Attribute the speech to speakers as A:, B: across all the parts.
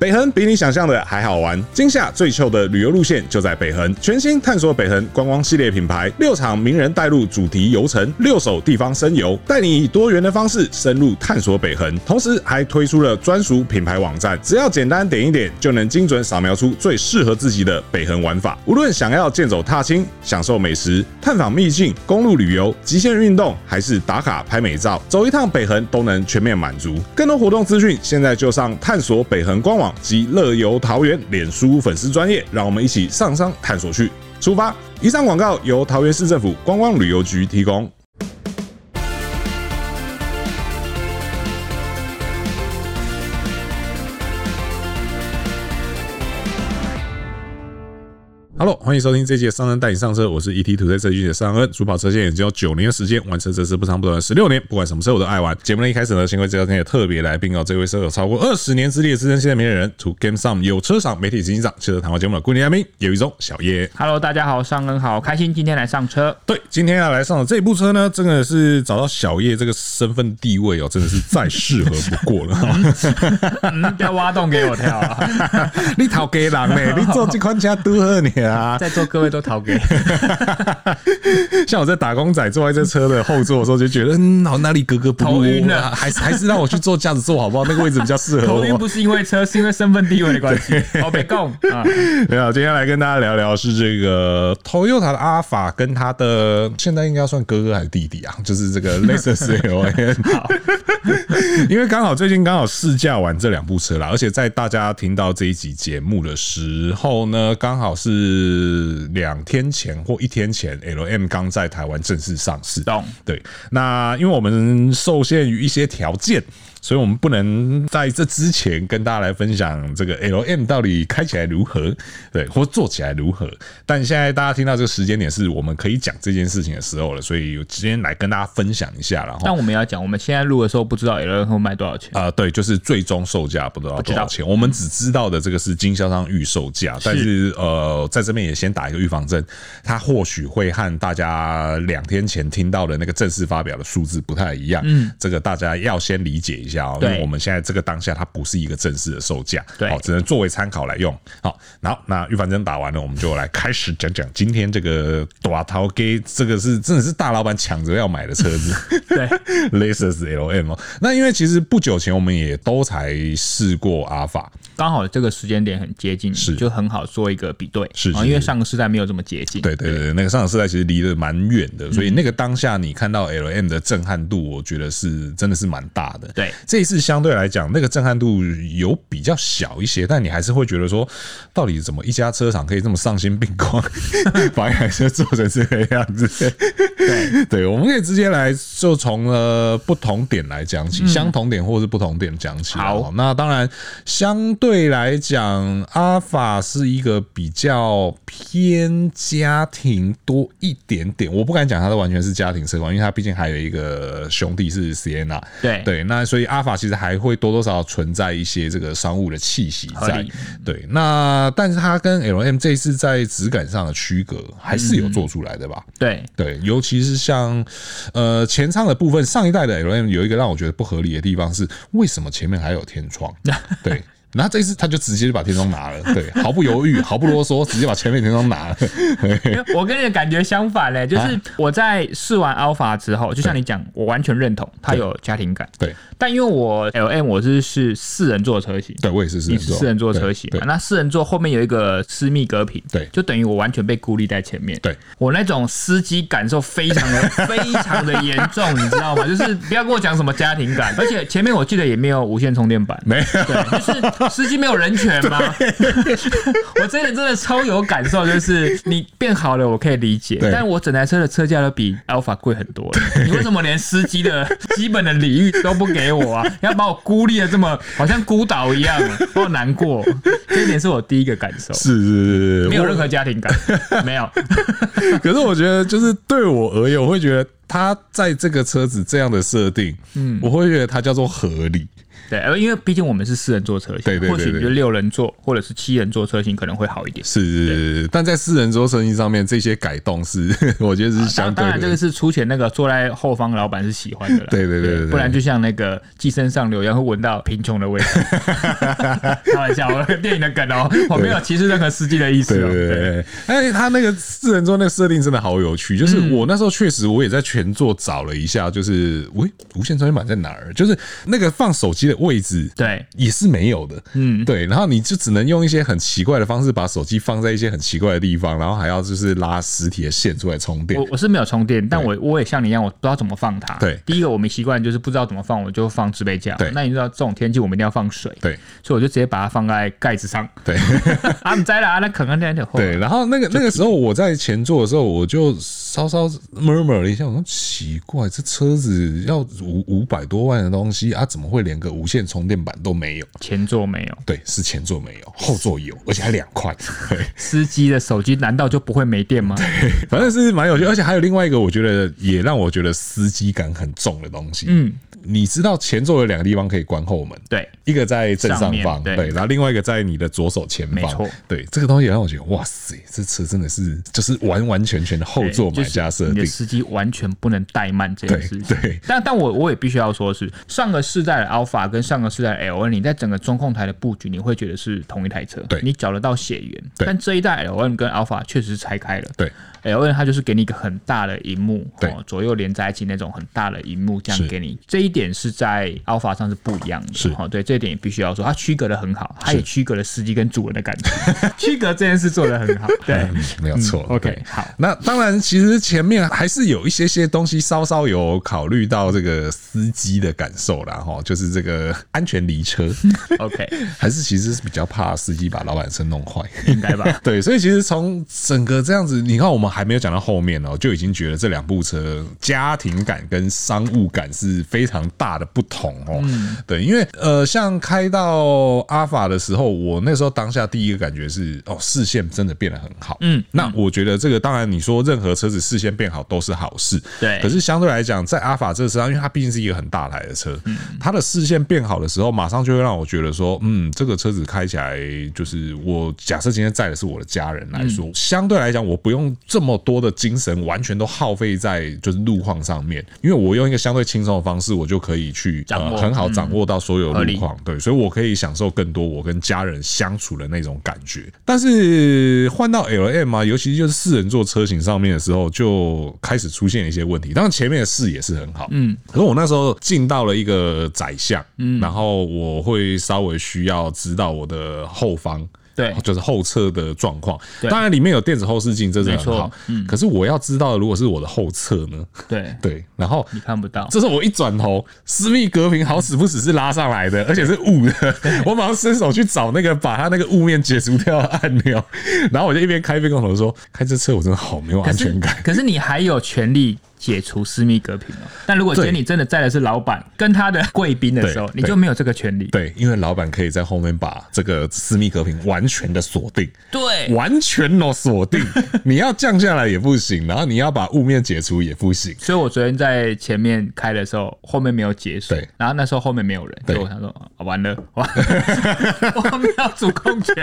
A: 北横比你想象的还好玩，今夏最秀的旅游路线就在北横。全新探索北横观光系列品牌，六场名人带路主题游程，六首地方深游，带你以多元的方式深入探索北横。同时还推出了专属品牌网站，只要简单点一点，就能精准扫描出最适合自己的北横玩法。无论想要健走踏青、享受美食、探访秘境、公路旅游、极限运动，还是打卡拍美照，走一趟北横都能全面满足。更多活动资讯，现在就上探索北横官网。及乐游桃园脸书粉丝专业，让我们一起上山探索去，出发！以上广告由桃园市政府观光旅游局提供。Hello，欢迎收听这期的商人带你上车，我是 E ET 土车设计的尚恩，主跑车线也只有九年的时间，玩车则是不长不短的十六年，不管什么车我都爱玩。节目的一开始呢，先为介绍今天的特别来宾哦，这位车有超过二十年资历的资深现代媒体人，To Game Some 有车赏媒体执行长，汽车谈话节目的固定嘉宾，有一种小叶。
B: Hello，大家好，上恩好，开心今天来上 车。
A: 对，今天要来上的这部车呢，真的是找到小叶这个身份地位哦，真的是再适合不过了、哦。
B: 嗯，不要挖洞给我跳啊！
A: 你讨给人 呢？你做这款车多好你啊！
B: 在座各位都 逃给，
A: 像我在打工仔坐在这车的后座的时候，就觉得嗯，好哪里格格不入，
B: 头晕啊
A: 还是还是让我去坐驾驶座好不好？那个位置比较适合
B: 头晕
A: 我。
B: 不是因为车，是因为身份地位的关系。哦，别供啊！
A: 没有，今天来跟大家聊聊是这个 Toyota 的阿尔法跟它的现在应该算哥哥还是弟弟啊？就是这 个 Lexus LN。因为刚好最近刚好试驾完这两部车啦，而且在大家听到这一集节目的时候呢，刚好是两天前或一天前，LM 刚在台湾正式上市。
B: 懂
A: 对，那因为我们受限于一些条件，所以我们不能在这之前跟大家来分享这个 L M 到底开起来如何，对，或做起来如何。但现在大家听到这个时间点，是我们可以讲这件事情的时候了，所以今天来跟大家分享一下，然后
B: 但。我们要讲，我们现在录的时候不知道 L 会卖多少钱。
A: 啊、对，就是最终售价不知道
B: 知
A: 多
B: 道
A: 少钱，我们只知道的这个是经销商预售价，但是呃，在这边也先打一个预防针，它或许会和大家两天前听到的那个正式发表的数字不太一样，嗯，这个大家要先理解一下哦，因为
B: 对
A: 我们现在这个当下它不是一个正式的售价，哦
B: 对
A: 好只能作为参考来用。好，然后那预防针打完了，我们就来开始讲讲今天这个短桃给这个是真的是大老板抢着要买的车子。
B: 对，
A: Lexus LM 哦。那因为其实不久前我们也都才试过阿法，
B: 刚好这个时间点很接近，
A: 是
B: 就很好做一个比对。
A: 是
B: 啊
A: 是
B: 因为
A: 是
B: 上个时代没有这么接近。
A: 对对对，那个上个世代其实离得蛮远的，所以那个当下你看到 LM 的震撼度，我觉得是真的是蛮大的。
B: 对
A: 这一次相对来讲，那个震撼度有比较小一些，但你还是会觉得说，到底怎么一家车厂可以这么丧心病狂， 把一台车做成这个样子？对对，我们可以直接来就从呃不同点来讲起，相同点或是不同点讲起。
B: 好
A: 哦那当然相对来讲，阿法是一个比较偏家庭多一点点，我不敢讲它的完全是家庭车款，因为它毕竟还有一个兄弟是 Sienna。
B: 对
A: 对，那所以阿法其实还会多多少少存在一些这个商务的气息
B: 合
A: 在
B: 理。
A: 对，那但是它跟 L M 这一次在质感上的区隔还是有做出来的吧？
B: 对
A: 对，尤其是像呃前舱的部分，上一代的 L M 有一个让我觉得不合理的地方是，为什么前面还有天 窗？对。然后这一次他就直接就把天窗拿了，对，毫不犹 豫，毫不啰嗦，直接把前面天窗拿了。
B: 因为我跟你的感觉相反
A: 啊
B: 嘞，就是我在试完 Alpha 之后，就像你讲，我完全认同它有家庭感。
A: 对，
B: 但因为我 LM 我是是四人座车型，
A: 对我也是四
B: 你
A: 人
B: 是
A: 座，
B: 四人座车啊
A: 对
B: 型
A: 对
B: 嘛，那四人座后面有一个私密隔屏，
A: 对
B: 就等于我完全被孤立在前面。
A: 对，
B: 我那种司机感受非常 的非常的严重，你知道吗？就是不要跟我讲什么家庭感，而且前面我记得也没有无线充电板，
A: 没有
B: 对，就是司机没有人权 吗？我这点真的超有感受，就是你变好了，我可以理解
A: 对，
B: 但我整台车的车价都比 Alpha 贵很多了。你为什么连司机的基本的礼遇都不给 我啊？你要把我孤立的这么好像孤岛一样，我好难过。这一点是我第一个感受，
A: 是是是是，
B: 没有
A: 我
B: 任何家庭感， 没有。
A: 可是我觉得，就是对我而言，我会觉得它在这个车子这样的设定，嗯，我会觉得它叫做合理。
B: 对，呃因为毕竟我们是四人座车型，
A: 对对对
B: 或许
A: 对
B: 你就六人座或者是七人座车型可能会好一点。
A: 是是是，是但在私人桌生意上面，这些改动是 我觉得是相对
B: 当啊当然，这
A: 的
B: 个。是出钱那个坐在后方的老板是喜欢的啦。
A: 对对对对对
B: 不然就像那个寄生上流一样，会闻到贫穷 的味道。开玩笑，我电影的梗哦，我没有歧视任何司机的意思
A: 对
B: 哦。
A: 对对对，对哎，他那个四人座那个设定真的好有趣。就是我
B: 嗯
A: 那时候确实我也在全座找了一下，就是喂，无线充电板在哪儿？就是那个放手机的位置，
B: 对
A: 也是没有的。
B: 嗯
A: 对，然后你就只能用一些很奇怪的方式把手机放在一些很奇怪的地方，然后还要就是拉实体的线出来充电
B: 我。我是没有充电，但我我也像你一样，我不知道怎么放它。
A: 对
B: 第一个我没习惯，就是不知道怎么放，我就放置杯架。
A: 对
B: 那你知道这种天气我们一定要放水，
A: 对
B: 所以我就直接把它放在盖 子上。
A: 对
B: 啊，不摘了啊，那可能那点后。
A: 对，然后 那个那个时候我在前座的时候，我就稍稍 murmur 了一下，我说奇怪，这车子要五五百多万的东西啊，怎么会连个无线充电板都没有？
B: 前座没有，
A: 对，是前座没有，后座有，而且还两块。对，
B: 司机的手机难道就不会没电吗？
A: 反正是蛮有趣，而且还有另外一个，我觉得也让我觉得司机感很重的东西。
B: 嗯，
A: 你知道前座有两个地方可以关后门，
B: 对，
A: 一个在正上
B: 上面
A: 方，
B: 对
A: 对，然后另外一个在你的左手前
B: 没
A: 方
B: 错，
A: 对，这个东西也让我觉得，哇塞，这车真的是就是完完全全的后座买
B: 对
A: 家设
B: 就是你
A: 定
B: 的，司机完全不能怠慢这件事情。
A: 对对
B: 但但我我也必须要说是，上个世代的 Alpha 跟上个世代的 L N，你在整个中控台的布局，你会觉得是同一台车，
A: 对
B: 你找得到血缘。
A: 对
B: 但这一代 L N 跟 Alpha 确实是拆开了。
A: 对
B: L N 它就是给你一个很大的荧幕，
A: 对
B: 哦，左右连在一起那种很大的荧幕，这
A: 是
B: 样给你。这一点是在 Alpha 上是不一样的，
A: 是
B: 哦，对，这一点也必须要说，它区隔的很好，它也区隔了司机跟主人的感觉， 区隔这件事做的很好，对。
A: 嗯没有错。
B: 嗯，OK，
A: 对
B: 好
A: 那当然，其实前面还是有一些些东西稍稍有考虑到这个司机的感受啦，哈，就是这个安全离车，
B: OK，
A: 还是其实是比较怕司机把老板车弄坏。
B: 应该吧。
A: 对，所以其实从整个这样子，你看我们还没有讲到后面哦，就已经觉得这两部车家庭感跟商务感是非常大的不同哦。
B: 嗯
A: 对，因为呃，像开到阿法的时候，我那时候当下第一个感觉是，哦，视线真的变得很好。
B: 嗯，
A: 那我觉得这个当然，你说任何车子视线变好都是好事。
B: 对
A: 可是相对来讲，在阿法这个车上，因为它毕竟是一个很大台的车，
B: 嗯
A: 它的视线变好的时候，马上就会让我觉得说，嗯，这个车子开起来，就是我假设今天载的是我的家人来
B: 嗯
A: 说，相对来讲，我不用这么多的精神完全都耗费在就是路况上面，因为我用一个相对轻松的方式，我就可以去
B: 掌
A: 呃
B: 握嗯
A: 很好掌握到所有
B: 合
A: 路
B: 理
A: 况。对，所以我可以享受更多我跟家人相处的那种感觉。但是换到 L M 啊，尤其就是四人座车型上面的时候，就开始出现一些问题。当然前面的视野是很好，嗯，可是我那时候进到了一个窄巷，嗯，然后我会稍微需要知道我的后方。
B: 对
A: 就是后侧的状况。
B: 对
A: 当然，里面有电子后视镜，这是
B: 没
A: 很
B: 错嗯
A: 好。可是我要知道，如果是我的后侧呢？
B: 对，
A: 对，然后
B: 你看不到。
A: 这时候我一转头，私密隔屏好死不死是拉上来 的，而且是雾的。 我马上伸手去找那个把它那个雾面解除掉的按钮， 然后我就一边开一边跟我说：“开这车我真的好没有安全感。
B: 可是你还有权利解除私密隔屏哦。但如果今天
A: 对
B: 你真的载的是老板跟他的贵宾的时候
A: 对，
B: 你就没有这个权利”。
A: 对，因为老板可以在后面把这个私密隔屏完全的锁定，
B: 对，
A: 完全的锁定。 你要降下来也不行，然后你要把雾面解除也不行。
B: 所以我昨天在前面开的时候，后面没有解锁
A: 对，
B: 然后那时候后面没有人，
A: 对
B: 所以我想说啊完 了，完了我没有主控权。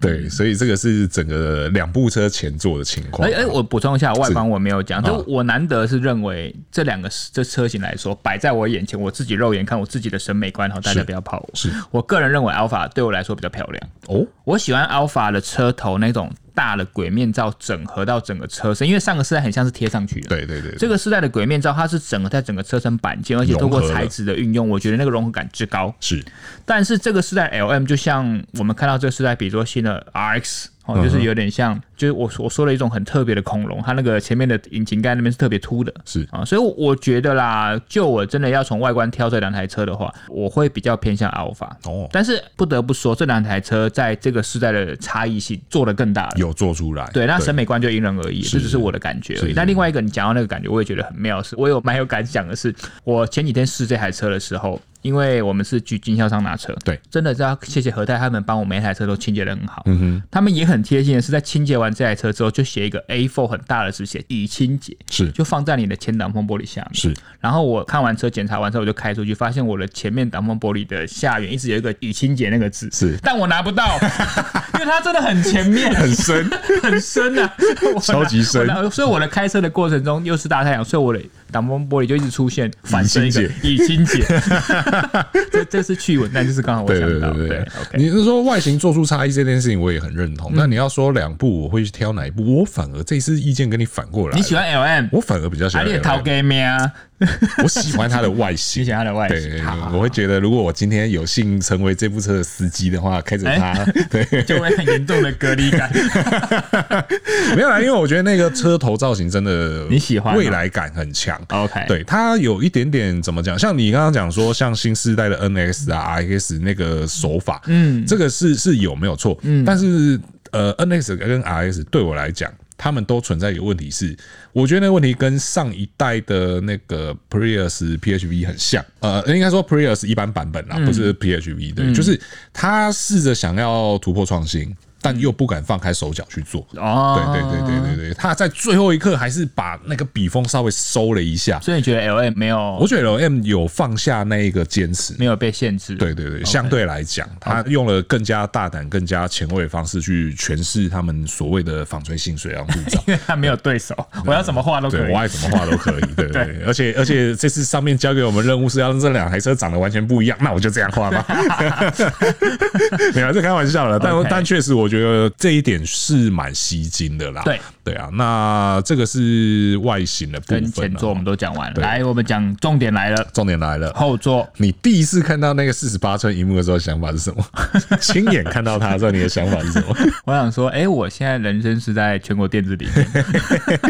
A: 对，所以这个是整个两部车前座的情况。
B: 哎哎，我补充一下，外观我没有讲，
A: 是
B: 就我难得是认为这两个这车型来说，摆在我眼前，我自己肉眼看，我自己的审美观，好，大
A: 是
B: 家不要泡我。
A: 是
B: 我个人认为 Alpha 对我来说比较漂亮。
A: 哦，
B: 我喜欢 Alpha 的车头那种大的鬼面罩整合到整个车身，因为上个世代很像是贴上去的。，
A: 对对对，
B: 这个世代的鬼面罩它是整合在整个车身板件，而且通过
A: 融合了
B: 材质的运用，我觉得那个融合感之高。
A: 是
B: 但是这个世代 L M 就像我们看到这个世代，比如说新的 R X
A: 嗯
B: 哦，就是有点像，就是我我说了一种很特别的恐龙，它那个前面的引擎盖那边是特别凸的，
A: 是
B: 啊，所以我我觉得啦，就我真的要从外观挑这两台车的话，我会比较偏向 Alpha
A: 哦
B: 但是不得不说，这两台车在这个世代的差异性做得更大了。
A: 有做出来。
B: 对，那审美观就因人而异，这只是我的感觉而
A: 是
B: 已。那另外一个你讲到那个感觉，我也觉得很妙，是我有蛮有感想的是，我前几天试这台车的时候，因因为我们是去经销商拿车，
A: 对，
B: 真的是要谢谢和泰他们帮我每一台车都清洁的很好。
A: 嗯哼，
B: 他们也很贴心的是，在清洁完这台车之后，就写一个 A4 很大的字写已清洁，
A: 是
B: 就放在你的前挡风玻璃下面。
A: 是，
B: 然后我看完车检查完之后，我就开出去，发现我的前面挡风玻璃的下缘一直有一个已清洁那个字，
A: 是
B: 但我拿 不到，因为它真的很前面，
A: 很深，
B: 很深啊，我 拿
A: 超级深
B: 我拿所以我的开车的过程中又是大太阳，所以我的挡风玻璃就一直出现反射一个已 清洁，这这是趣闻，但就是刚好 我
A: 对
B: 想
A: 对
B: 到，
A: 对对
B: 对，OK。
A: 你是说外形做出差异这件事情，我也很认同。那你要说两部，我会去挑哪一部？我反而这次意见跟你反过来，
B: 你喜？欢 LM，
A: 我反而比较喜
B: 阿
A: 欢
B: 你的
A: LM，
B: 陶给咩啊？
A: 我喜欢它的外
B: 你
A: 形。
B: 喜欢它的外
A: 对
B: 形，好，好
A: 我会觉得，如果我今天有幸成为这部车的司机的话，开着它，对，
B: 就会很严重的隔离感。
A: 没有啦，因为我觉得那个车头造型真的，
B: 你喜欢吗啊
A: 未来感很强。
B: OK，，
A: 对它有一点点怎么讲？像你刚刚讲说，像新世代的 NX 啊、RX 那个手法，
B: 嗯
A: 这个是是有没有错？嗯，但是呃，NX 跟 RX 对我来讲，他们都存在一个问题是，我觉得那个问题跟上一代的那个 Prius PHV 很像，呃，应该说 Prius 一般版本
B: 嗯
A: 啦，不是 PHV 对，就是他试着想要突破创新。但又不敢放开手脚去做，
B: 哦，
A: 对对对对对对，他在最后一刻还是把那个笔锋稍微收了一下。
B: 所以你觉得 L M 没
A: 我
B: 有
A: 觉得 L M 有放下那一个坚持，
B: 没有被限制？
A: 对对对，相对来讲，他用了更加大胆、更加前卫的方式去诠释他们所谓的纺锤性水杨护照。
B: 因为他没有对手，我要怎么画都可
A: 对
B: 以
A: 我。爱怎么画都可以，对对对，而且而且这次上面交给我们任务是要让这两台车长得完全不一样，那我就这样画 吧。 没有，这开玩笑了，但
B: OK
A: 但确实我觉得这一点是蛮吸睛的啦。
B: 对
A: 对啊，那这个是外形的部
B: 跟
A: 分
B: 前
A: 啊。
B: 座我们都讲完了，
A: 对
B: 来，我们讲重点来了，
A: 重点来了，
B: 后座。
A: 你第一次看到那个四十八寸荧幕的时候，想法是什么？ 亲眼看到它的时候，你的想法是什么？
B: 我想 说，哎、我现在人生是在全国电子里面，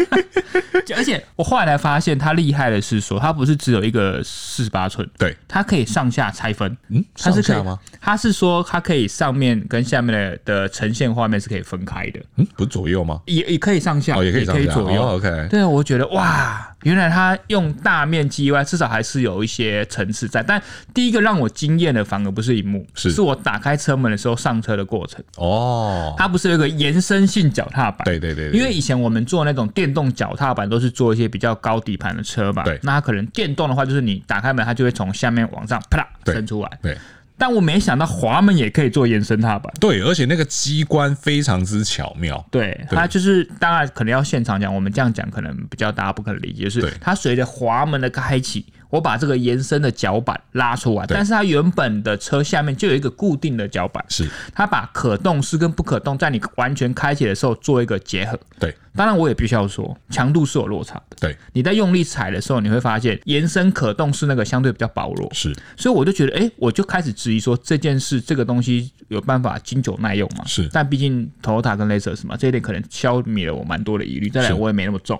B: 就而且我后来才发现，它厉害的是说，它不是只有一个四十八寸，
A: 对，
B: 它可以上下拆分。
A: 嗯，
B: 它
A: 上
B: 是可
A: 下
B: 以
A: 吗？？
B: 它是说它可以上面跟下面的的呈现画面是可以分开的，
A: 嗯，不是左右吗？
B: 也也可以上下，
A: 哦，也可以上下。
B: 左右。
A: 哦 OK，
B: 对啊，我觉得哇，原来它用大面积以外，至少还是有一些层次在。但第一个让我惊艳的，反而不是荧幕，
A: 是
B: 我打开车门的时候上车的过程。
A: 哦，
B: 它不是有一个延伸性脚踏板？
A: 对对对，对
B: 因为以前我们做那种电动脚踏板都是做一些比较高底盘的车嘛，
A: 对
B: 那它可能电动的话，就是你打开门，它就会从下面往上啪啦
A: 对
B: 伸出来。
A: 对
B: 但我没想到滑门也可以做延伸踏板。
A: 对，而且那个机关非常之巧妙。
B: 对，
A: 对
B: 它就是当然可能要现场讲，我们这样讲可能比较大家不可能理解，就是
A: 对
B: 它随着滑门的开启，我把这个延伸的脚板拉出来，
A: 对
B: 但是它原本的车下面就有一个固定的脚板，
A: 是
B: 它把可动式跟不可动在你完全开启的时候做一个结合。
A: 对
B: 当然，我也必须要说，强度是有落差的。
A: 对
B: 你在用力踩的时候，你会发现延伸可动式那个相对比较薄弱，
A: 是
B: 所以我就觉得，哎、我就开始质疑说这件事这个东西有办法经久耐用吗？
A: 是
B: 但毕竟 Toyota 跟 Lexus 嘛，这一点可能消弭了我蛮多的疑虑。再来，
A: 是
B: 我也没那么重，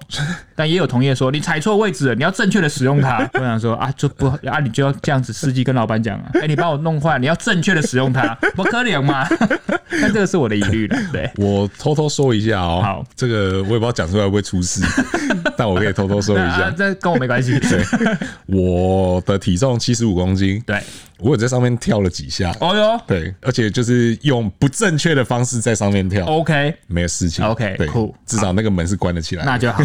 B: 但也有同业说你踩错位置了，你要正确的使 用它。我想说啊，就不啊，你就要这样子，司机跟老板讲啊，哎、你把我弄坏，你要正确的使用它，不可能嘛？ 但这个是我的疑虑了，对。
A: 我偷偷说一下哦，
B: 好，
A: 这个我也不知道讲出来会不会出 事，但 我可以偷偷说一
B: 啊
A: 下，，
B: 这跟我没关 系。对
A: 我的体重七十五公斤，
B: 对，
A: 我有在上面跳了几下，
B: 哦哟
A: 对，而且就是用不正确的方式在上面跳，
B: ，OK，
A: 没有事情。
B: 哦 OK，
A: 对
B: 酷
A: 至少那个门是关了起来的。
B: 那就好。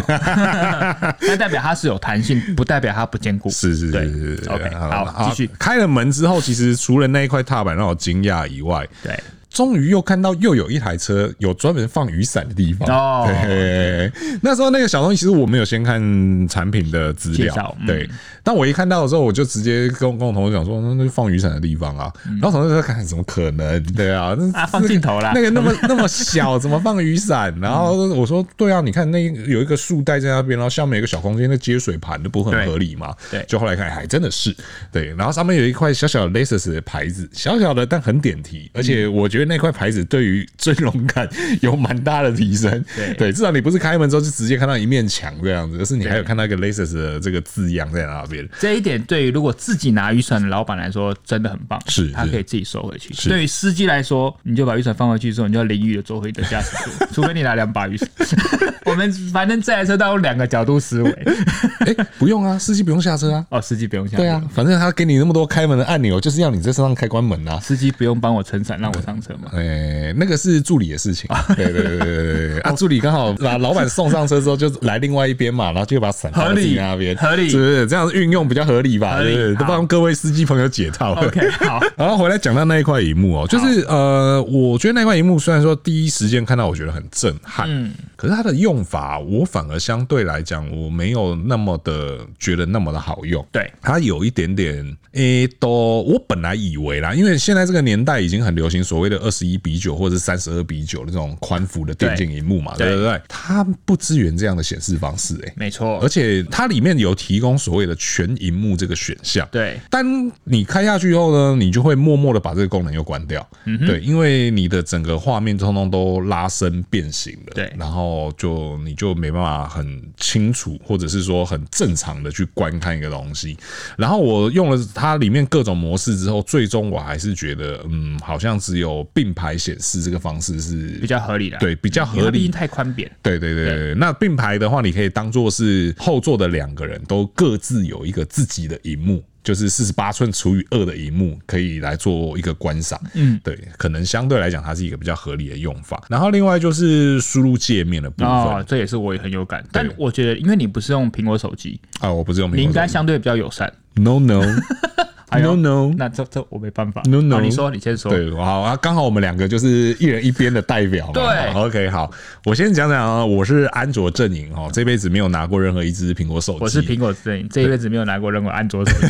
B: 那代表它是有弹性，不代表它不坚固。
A: 是是
B: 对
A: 是是是
B: OK，好，继续。
A: 开了门之后，其实除了那一块踏板让我惊讶以外，
B: 对，
A: 终于又看到又有一台车有专门放雨伞的地方
B: 哦
A: 对，那时候那个小东西，其实我没有先看产品的资
B: 介绍
A: 料，
B: 嗯
A: 对。但我一看到的时候，我就直接跟跟我同事讲说，那就放雨伞的地方啊。然后同事说，看怎么可能？对啊，那
B: 嗯啊放镜头啦
A: 那个那 么那么小，怎么放雨伞？然后我说，对啊，你看那有一个束带在那边，然后下面有一个小空间，那接水盘，那不会很
B: 对
A: 合理吗？
B: 对
A: 就后来看，还真的是对。然后上面有一块小小的 Lexus 的牌子，小小的但很点题，而且我觉得那块牌子对于尊荣感有蛮大的提升。
B: 对
A: 至少你不是开门之后就直接看到一面墙这样子，而是你还有看到一个 Laces 的这个字样在那边。
B: 这一点对于如果自己拿渔船的老板来说，真的很棒，
A: 是
B: 他
A: 是
B: 可以自己收回去。对于司机来说，你就把渔船放回去之后，你就淋雨的坐回你的驾驶座，除非你拿两把雨伞。我们反正这台车都有两个角度思维，
A: 哎、不用啊，司机不用下车 啊。
B: 哦，司机不用想，
A: 对啊，，反正他给你那么多开门的按钮，就是要你在身上开关门啊。
B: 司机不用帮我撑伞让我上车嘛。
A: 哎、那个是助理的事 情。对对对对对对啊！助理刚好把老板送上车之后，就来另外一边嘛，然后就把伞放在
B: 合理
A: 自己那边，
B: 合理
A: 是不是？这样运用比较合理吧？
B: 合理
A: 对不对？
B: 好
A: 帮各位司机朋友解套了。
B: OK，好，
A: 然后回来讲到那一块荧幕哦、就是呃，我觉得那块荧幕虽然说第一时间看到我觉得很震撼，嗯，可是它的用法我反而相对来讲我没有那么的觉得那么的好用，
B: 对，
A: 它有一点点诶、都我本来以为啦，因为现在这个年代已经很流行所谓的二十一比九或者三十二比九的这种宽幅的电竞荧幕嘛，对
B: 对
A: 不对？它不支援这样的显示方式、诶，
B: 没错
A: 而，且它里面有提供所谓的全荧幕这个选项，
B: 对，
A: 当你开下去以后呢，你就会默默的把这个功能又关掉，
B: 嗯
A: 对，因为你的整个画面通通都拉伸变形了，
B: 对
A: 然后就你就没办法很清楚，或者是说很正常的去观看一个东西。然后我用了它里面各种模式之后，最终我还是觉得，嗯，好像只有并排显示这个方式是
B: 比较合理的，
A: 对比较
B: 因为
A: 合
B: 它毕
A: 理
B: 竟太宽扁，
A: 对对对对，那并排的话，你可以当做是后座的两个人都各自有一个自己的荧幕，就是四十八寸除以二的荧幕，可以来做一个观赏。嗯，对，可能相对来讲，它是一个比较合理的用法。然后另外就是输入界面的部分
B: 哦
A: 啊、，
B: 这也是我也很有感，但我觉得因为你不是用苹果手机，
A: 啊我不是用苹
B: 你应
A: 果
B: 该
A: 手机
B: 相对比较友善。
A: ，no no
B: 哎
A: no
B: 呦
A: no。
B: 那这这我没办法。
A: No, no
B: 好你说，你先说。
A: 对，好啊，刚好我们两个就是一人一边的代表嘛。
B: 对
A: 好，OK，好，我先讲讲啊，我是安卓阵营哦，这辈子没有拿过任何一只苹果手机，
B: 我是苹果阵营，这一辈子没有拿过任何安卓手机，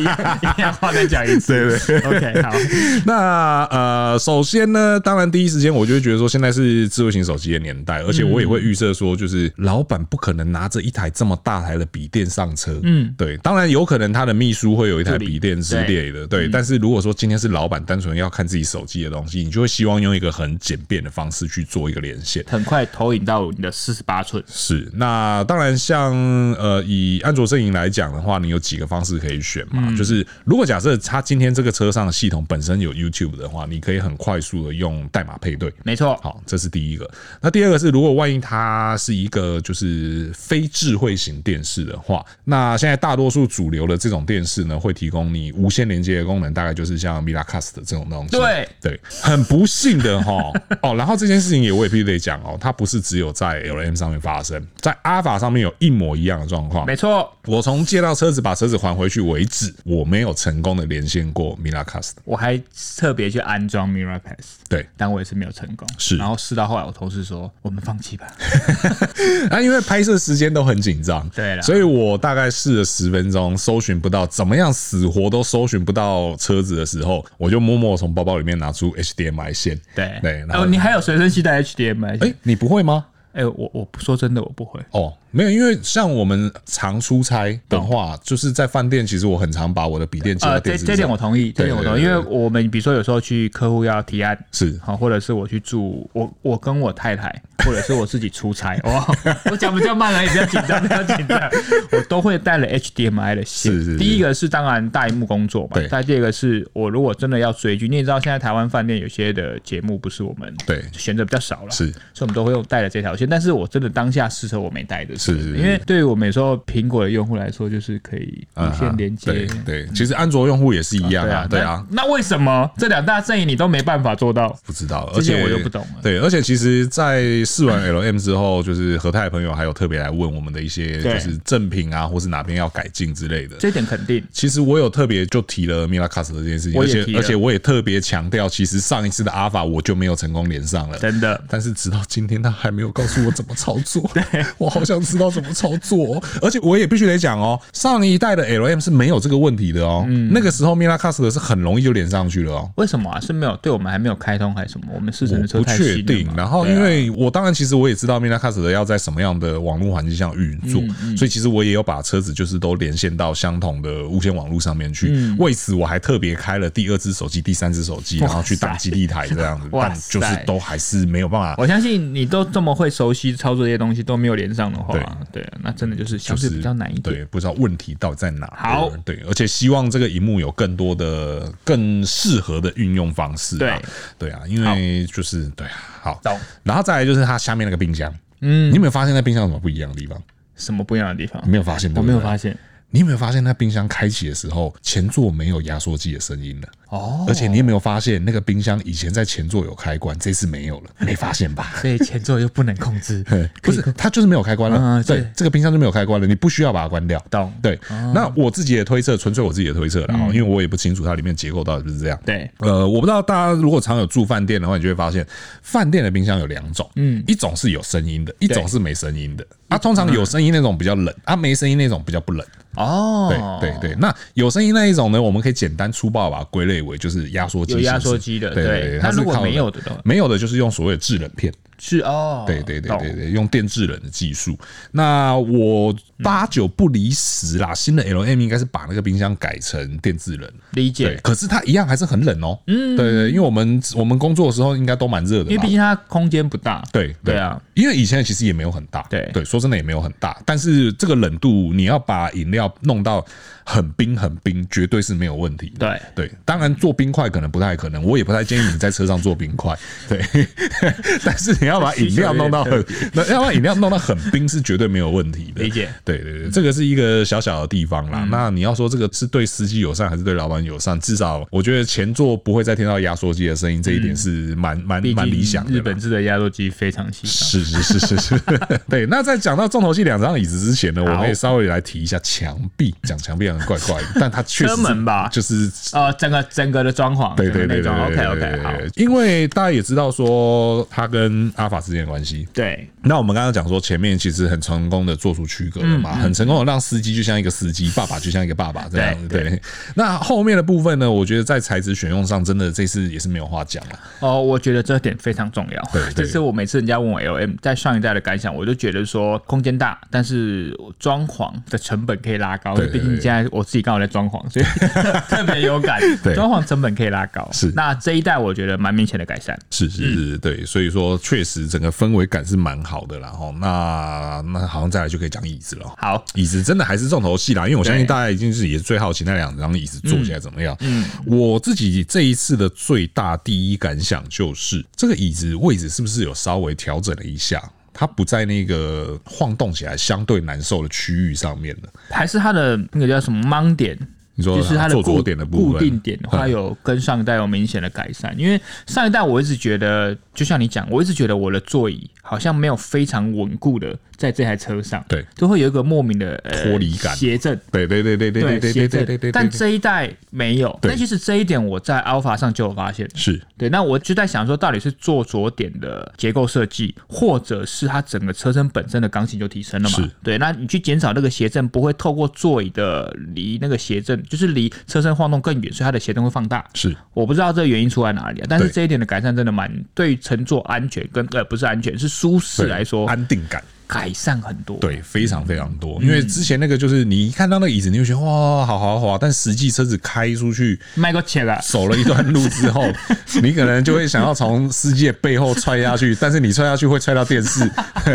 B: 一样一样话再讲一次。
A: 对
B: 对，OK，好，
A: 那呃，首先呢，当然第一时间我就会觉得说，现在是智慧型手机的年代，而且我也会预设说，就是老板不可能拿着一台这么大台的笔电上车。嗯，对，当然有可能他的秘书会有一台笔电之类的，对。但是如果说今天是老板单纯要看自己手机的东西，你就会希望用一个很简便的方式去做一个连线。
B: 很快投影到你的四十八寸。
A: 是，那当然像呃，以安卓阵营来讲的话，你有几个方式可以选嘛？就是如果假设它今天这个车上的系统本身有 YouTube 的话，你可以很快速的用代码配对。
B: 没错，
A: 好，这是第一个。那第二个是，如果万一它是一个就是非智慧型电视的话，那现在大多数主流的这种电视呢，会提供你无线连接的功能，大概就是像 Miracast 这种东西。
B: 对
A: 对，很不幸的 哈哦。然后这件事情也我也必须得讲哦，它不是只有在 LM 上面发生，在 Alpha 上面有一模一样的状况。
B: 没错，
A: 我从借到车子把车子还回去为止，我没有成功的连线过 Miracast。
B: 我还特别去安装 Miracast，
A: 对，
B: 但我也是没有成功。
A: 是
B: 然后试到后来，我同事说我们放弃吧。
A: 啊，因为拍摄时间都很紧张，
B: 对啦
A: 所以我大概试了十分钟，搜寻不到，怎么样死活都搜寻不到车子的时候，我就默默从包包里面拿出 HDMI 线，
B: 对
A: 对，然后
B: 哦，你还有随身携带 HDMI？
A: 哎、你不会吗？
B: 哎，我我不说真的，我不会。
A: 哦，没有，因为像我们常出差的话，就是在饭店，其实我很常把我的笔电接到
B: 哦呃，这
A: 电视
B: 这点
A: 上
B: 我同意，这
A: 对
B: 点我同
A: 对嗯
B: 意，因
A: 对
B: 为我们比如说有时候去客户要提案，
A: 是
B: 好，或者是我去住，我我跟我太太，或者是我自己 出差，哇，我讲比较慢而已，不要紧张，不要紧张，我都会带了 HDMI 的线。
A: 是是是
B: 第一个是当然大荧幕工作嘛
A: 对，
B: 但第二个是我如果真的要追剧，你也知道现在台湾饭店有些的节目不是我们
A: 对
B: 选择比较少了，
A: 是
B: 所以我们都会用带了这条线，但是我真的当下试车我没带的，
A: 是是是
B: 因为对于我们有时候苹果的用户来说，就是可以
A: 嗯
B: 无线
A: 哼
B: 连接。哦
A: 对对，其实安卓用户也是一样啊，对啊，
B: 那，那为什么这两大阵营你都没办法做到？
A: 不知道，
B: 这
A: 而
B: 些
A: 且
B: 我就不懂了
A: 对，而且其实，在试完 LM 之后，就是和泰的朋友还有特别来问我们的一些
B: 对
A: 就是正品啊，或是哪边要改进之类的。
B: 这一点肯定，
A: 其实我有特别就提了 Miracast 这件事情，
B: 我
A: 而
B: 也
A: 且
B: 提了
A: 而且我也特别强调，其实上一次的 Alpha 我就没有成功连上了。
B: 真的。
A: 但是直到今天，他还没有告诉我怎么操 作。我好想知道怎么操作、哦。而且我也必须得讲哦，上一代的 LM 是没有这个问题的哦。
B: 嗯
A: 那个时候 Miracast 是很容易就连上去了哦。
B: 为什么啊？是没有对我们还没有开通还是什么？我们试乘
A: 我
B: 的车
A: 不
B: 太新
A: 确定
B: 了。嘛。
A: 然后，
B: 对啊
A: 因为我当当然，其实我也知道 Mina Cast 要在什么样的网络环境下运作，
B: 嗯
A: 所以其实我也有把车子就是都连线到相同的无线网络上面去。
B: 嗯
A: 为此，我还特别开了第二只手机、第三只手机，然后去
B: 哇
A: 当
B: 塞
A: 基地台这样子，
B: 哇
A: 但就是
B: 塞
A: 都还是没有办法。
B: 我相信你都这么会熟悉操作这些东西，都没有连上的话，对啊，那真的就是相
A: 就是
B: 对比较难一点。
A: 对，不知道问题到底在哪。
B: 好
A: 对，而且希望这个荧幕有更多的、更适合的运用方式、啊。对，对啊，因为就是对啊，好
B: 懂，
A: 然后再来就是它下面那个冰箱，
B: 嗯
A: 你有没有发现那冰箱有什么不一样的地方？
B: 什么不一样的地方
A: 你？没有发现？
B: 我
A: 对不
B: 没有
A: 对
B: 发现
A: 你有没有发现，那冰箱开启的时候，前座没有压缩机的声音了？
B: 哦，
A: 而且你有没有发现，那个冰箱以前在前座有开关，这次没 有了？没发现吧？
B: 所以前奏又不能控 制
A: 对，不是，它就是没有开关了。
B: 嗯
A: 对
B: 对，
A: 这个冰箱就没有开关了，你不需要把它关掉。
B: 懂
A: 对，
B: 哦
A: 那我自己的推测，纯粹我自己的推测啦，哦因为我也不清楚它里面结构到底是不是这样。
B: 嗯对，
A: 呃，我不知道大家如果常有住饭店的话，你就会发现饭店的冰箱有两种，嗯，一种是有声音的，一种是没声音的。啊，通常有声音那种比较冷，啊，没声音那种比较不冷。
B: 嗯哦，
A: 对对对，那有声音那一种呢，我们可以简单粗暴地把它归类为就是压缩机
B: 有
A: 形式，
B: 压缩机的
A: 对
B: 对
A: 对。
B: 那
A: 它是
B: 如果
A: 靠
B: 没有的呢
A: 没有的就是用所谓的制冷片，
B: 是哦，
A: 对对对
B: 懂
A: 对对，用电制冷的技术。那我
B: 嗯
A: 八九不离十啦，新的 L M 应该是把那个冰箱改成电制冷，对
B: 理解，。
A: 可是它一样还是很冷哦，嗯，对对，因为我们我们工作的时候应该都蛮热的嘛，
B: 因为毕竟它空间不大，
A: 对
B: 对啊，，
A: 因为以前其实也没有很大，
B: 对
A: 对，说真的也没有很大，但是这个冷度你要把饮料弄到很冰很冰，绝对是没有问题的。
B: 对
A: 对，当然做冰块可能不太可能，我也不太建议你在车上做冰块， 对。但是你要把饮料弄到 很，那要把饮料弄到很冰是绝对没有问题的。
B: 理解嗯
A: 对对对，这个是一个小小的地方啦。那你要说这个是对司机友善还是对老板友善，至少我觉得前座不会再听到压缩机的声音，这一点是蛮蛮
B: 毕
A: 蛮
B: 竟
A: 理想的啦。
B: 日本制的压缩机非常细长，
A: 是是是是 是，对。那在讲到重头戏两张椅子之前呢，我们
B: 好
A: 也稍微来提一下墙壁。讲墙壁好像怪怪的，但它确实
B: 车
A: 是
B: 门吧
A: 就是
B: 哦，整个整个的装潢，
A: 对对对对对
B: ，OK
A: 对对
B: OK，
A: 对
B: 好，
A: 因为大家也知道说它跟阿法之间的关系。
B: 对，
A: 那我们刚刚讲说前面其实很成功的做出区隔了
B: 嗯
A: 嘛，很成功的让司机就像一个司机，爸爸就像一个爸爸这样子。
B: 对
A: 对，那后面的部分呢，我觉得在材质选用上真的这次也是没有话讲了。
B: 哦，我觉得这点非常重要。
A: 对对
B: 这是我每次人家问我 L M 在上一代的感想，我就觉得说空间大，但是装潢的成本可以拉高。
A: 对对对
B: 毕竟现在我自己刚好在装潢， 所以特别有感
A: 对。
B: 装潢成本可以拉高，
A: 是
B: 那这一代我觉得蛮明显的改善。
A: 是是
B: 嗯
A: 是，对，所以说确实整个氛围感是蛮好的啦。吼，那那好像再来就可以讲椅子了。
B: 好，
A: 椅子真的还是重头戏啦，因为我相信
B: 对
A: 大家已经是也是最好奇那两张椅子坐起来怎么样。嗯，我自己这一次的最大第一感想就是，这个椅子位置是不是有稍微调整了一下？它不在那个晃动起来相对难受的区域上面了。
B: 还是它的那个叫什么盲点。
A: 你说
B: 就是它的
A: 坐
B: 固
A: 左点的部分，
B: 固定点的话，
A: 嗯
B: 有跟上一代有明显的改善。因为上一代我一直觉得，就像你讲，我一直觉得我的座椅好像没有非常稳固的在这台车上，
A: 对，
B: 就会有一个莫名的呃
A: 脱离感
B: 谐振。
A: 对对对对对对对
B: 谐
A: 对
B: 振
A: 对对对，
B: 但这一代没有。
A: 对
B: 但其实这一点我在 Alpha 上就有发现。
A: 是
B: 对，那我就在想说，到底是做着点的结构设计，或者是它整个车身本身的刚性就提升了嘛
A: 是？
B: 对，那你去减少那个斜振，不会透过座椅的离那个斜振，就是离车身晃动更远，所以它的斜振会放大。
A: 是
B: 我不知道这个原因出在哪里啊，但是
A: 对
B: 这一点的改善真的蛮对于乘坐安全跟呃不是安全是舒适
A: 对
B: 来说嗯
A: 安定感。
B: 改善很多。
A: 对，非常非常多。因为之前那个就是你一看到那个椅子，你就觉得哇，好豪华，但实际车子开出去
B: 迈克切啊，
A: 走了一段路之 后，你可能就会想要从司机的背后踹下去，但是你踹下去会踹到电视，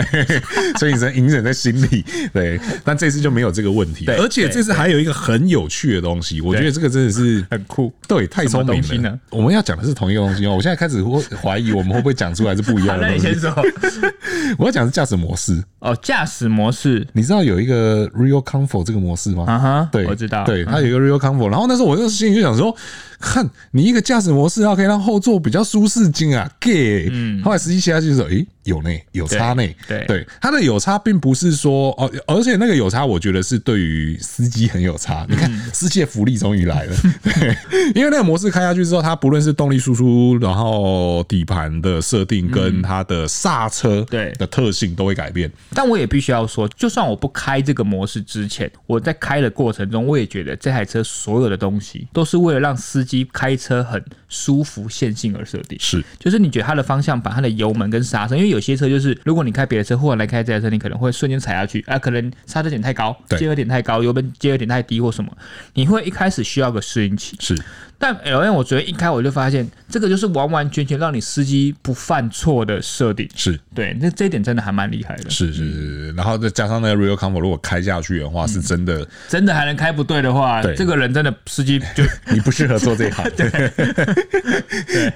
A: 所以你只能隐忍在心里。对，但这次就没有这个问题。
B: 对
A: 而且这次还有一个很有趣的东西，我觉得这个真的是
B: 很酷
A: 对，太聪明
B: 什么东西
A: 了
B: 呢。
A: 我们要讲的是同一个东西哦。我现在开始会怀疑我们会不会讲出来是不一
B: 好，
A: 样的
B: 啊那你
A: 东
B: 先
A: 西。
B: 说。
A: 我要讲的是驾驶模式。
B: 哦，驾驶模式，
A: 你知道有一个 Real Comfort 这个模式吗？
B: 啊哈
A: 对，
B: 我知道
A: 对，
B: 嗯
A: 它有一个 Real Comfort。然后那时候我那时候心里就想说，看你一个驾驶模式，它可以让后座比较舒适精啊，gay。后来实际骑下去的时候，诶，有呢，有差呢。
B: 嗯对对
A: 对，它的有差并不是说哦，而且那个有差，我觉得是对于司机很有差。
B: 嗯
A: 你看，司机的福利终于来了， 对，因为那个模式开下去之后，它不论是动力输出，然后底盘的设定跟它的刹车
B: 嗯对
A: 的特性都会改变。
B: 但我也必须要说，就算我不开这个模式之前，我在开的过程中，我也觉得这台车所有的东西都是为了让司机开车很舒服、线性而设定。
A: 是
B: 就是你觉得它的方向盘、它的油门跟刹车，因为有些车就是，如果你开别的车或者来开这台车，你可能会瞬间踩下去啊，可能刹车点太高，
A: 对
B: 接合点太高，油门接合点太低或什么，你会一开始需要个适应期。
A: 是，
B: 但 L N 我觉得一开我就发现，这个就是完完全全让你司机不犯错的设定。
A: 是
B: 对，那这一点真的还蛮厉害的，
A: 是是是，然后再加上那个 Real Comfort，如果开下去的话，
B: 嗯
A: 是真的
B: 真的还能开不对的话，
A: 对
B: 这个人真的司机 就
A: 你不适合做这 一行。对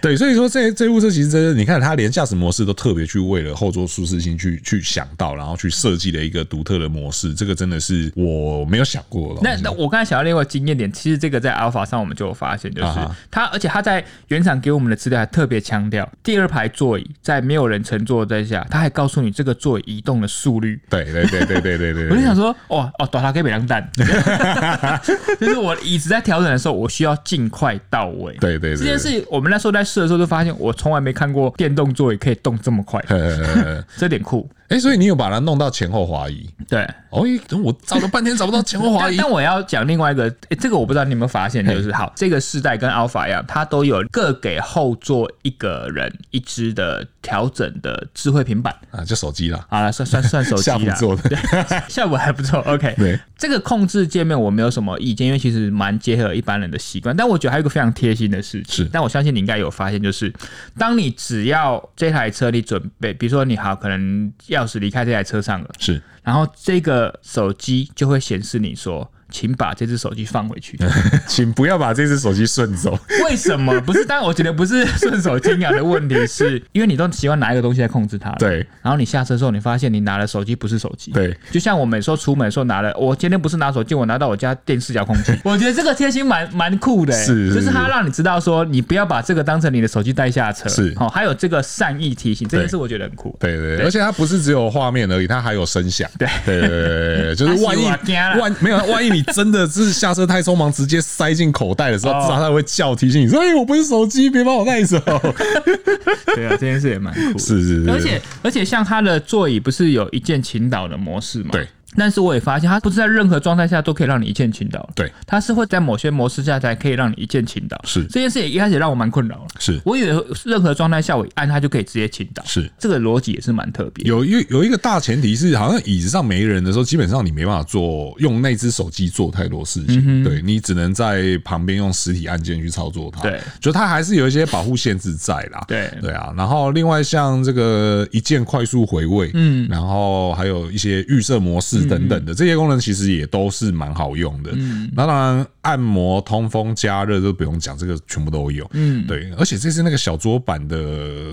A: 对，所以说这这部车其实真的，你看它连驾驶模式都特别去为了后座舒适性去去想到，然后去设计了一个独特的模式，这个真的是我没有想过的
B: 那
A: 东西。
B: 那我刚才想到另外一个经验点，其实这个在 Alpha 上我们就有发现，就
A: 啊
B: 是
A: 哈
B: 它，而且它在原厂给我们的资料还特别强调，第二排座椅在没有人乘坐之下，它还告诉你这个座椅移动的速率。
A: 对对对对对对对，
B: 我就想说，哇哦，短它可以两蛋， 就是我椅子在调整的时候，我需要尽快到位。
A: 对对对
B: 这件事，我们那时候在试的时候就发现，我从来没看过电动座椅可以动这么快，
A: 呃，
B: 这点酷。
A: 哎，所以你有把它弄到前后滑移？
B: 对，
A: 哦，诶我找了半天找不到前后滑
B: 但
A: 移。
B: 但我要讲另外一个、诶这个我不知道你有没有发现，就是好，这个世代跟 Alpha 一样，它都有各给后座一个人一支的调整的智慧平板。
A: 啊，就手机啦，
B: 好了，算算算手机啊
A: 下
B: 啦，
A: 不 做的。
B: 效果还不错。OK，
A: 对
B: 这个控制界面我没有什么意见，因为其实蛮结合一般人的习惯。但我觉得还有一个非常贴心的事情，
A: 是
B: 但我相信你应该有发现，就是当你只要这台车你准备，比如说你好可能钥匙离开这台车上了，
A: 是
B: 然后这个手机就会显示你说。请把这只手机放回 去。
A: 请不要把这只手机顺走。
B: 为什么？不是，但我觉得不是顺手牵羊的问题，是因为你都喜欢拿一个东西来控制它了。
A: 对
B: 然后你下车之后，你发现你拿的手机不是手机。
A: 对，
B: 就像我每次出门的时候拿了，我今天不是拿手机，我拿到我家电视遥控 器。我觉得这个贴心蛮蛮酷的、欸，
A: 是是
B: 就是它让你知道说你不要把这个当成你的手机带下车。
A: 是
B: 哦，还有这个善意提醒，这件
A: 对
B: 事我觉得很酷。
A: 对对，对，而且它不是只有画面而已，它还有声响。对对对对对，就是万一
B: 啊是我惊啦
A: 万没有，万一你真的是下车太匆忙，直接塞进口袋的时候，
B: 哦
A: 至少它会叫提醒你说：“哎，我不是手机，别把我带走。
B: 对啊，这件事也蛮酷” 的。
A: 是是是，
B: 而且而且像它的座椅不是有一键倾倒的模式嘛？
A: 对。
B: 但是我也发现，它不是在任何状态下都可以让你一键倾倒。
A: 对，
B: 它是会在某些模式下才可以让你一键倾倒。
A: 是
B: 这件事也一开始让我蛮困扰的。
A: 是
B: 我以为任何状态下我一按它就可以直接倾倒，
A: 是
B: 这个逻辑也是蛮特别的。
A: 有一有一个大前提是，好像椅子上没人的时候，基本上你没办法做用那只手机做太多事情，对你只能在旁边用实体按键去操作它。
B: 对，
A: 就它还是有一些保护限制在啦。
B: 对
A: 对啊，然后另外像这个一键快速回位，嗯，然后还有一些预设模式等
B: 嗯
A: 等的这些功能，其实也都是蛮好用的。嗯，那当然按摩、通风、加热都不用讲，这个全部都有。嗯，对，而且这次那个小桌板的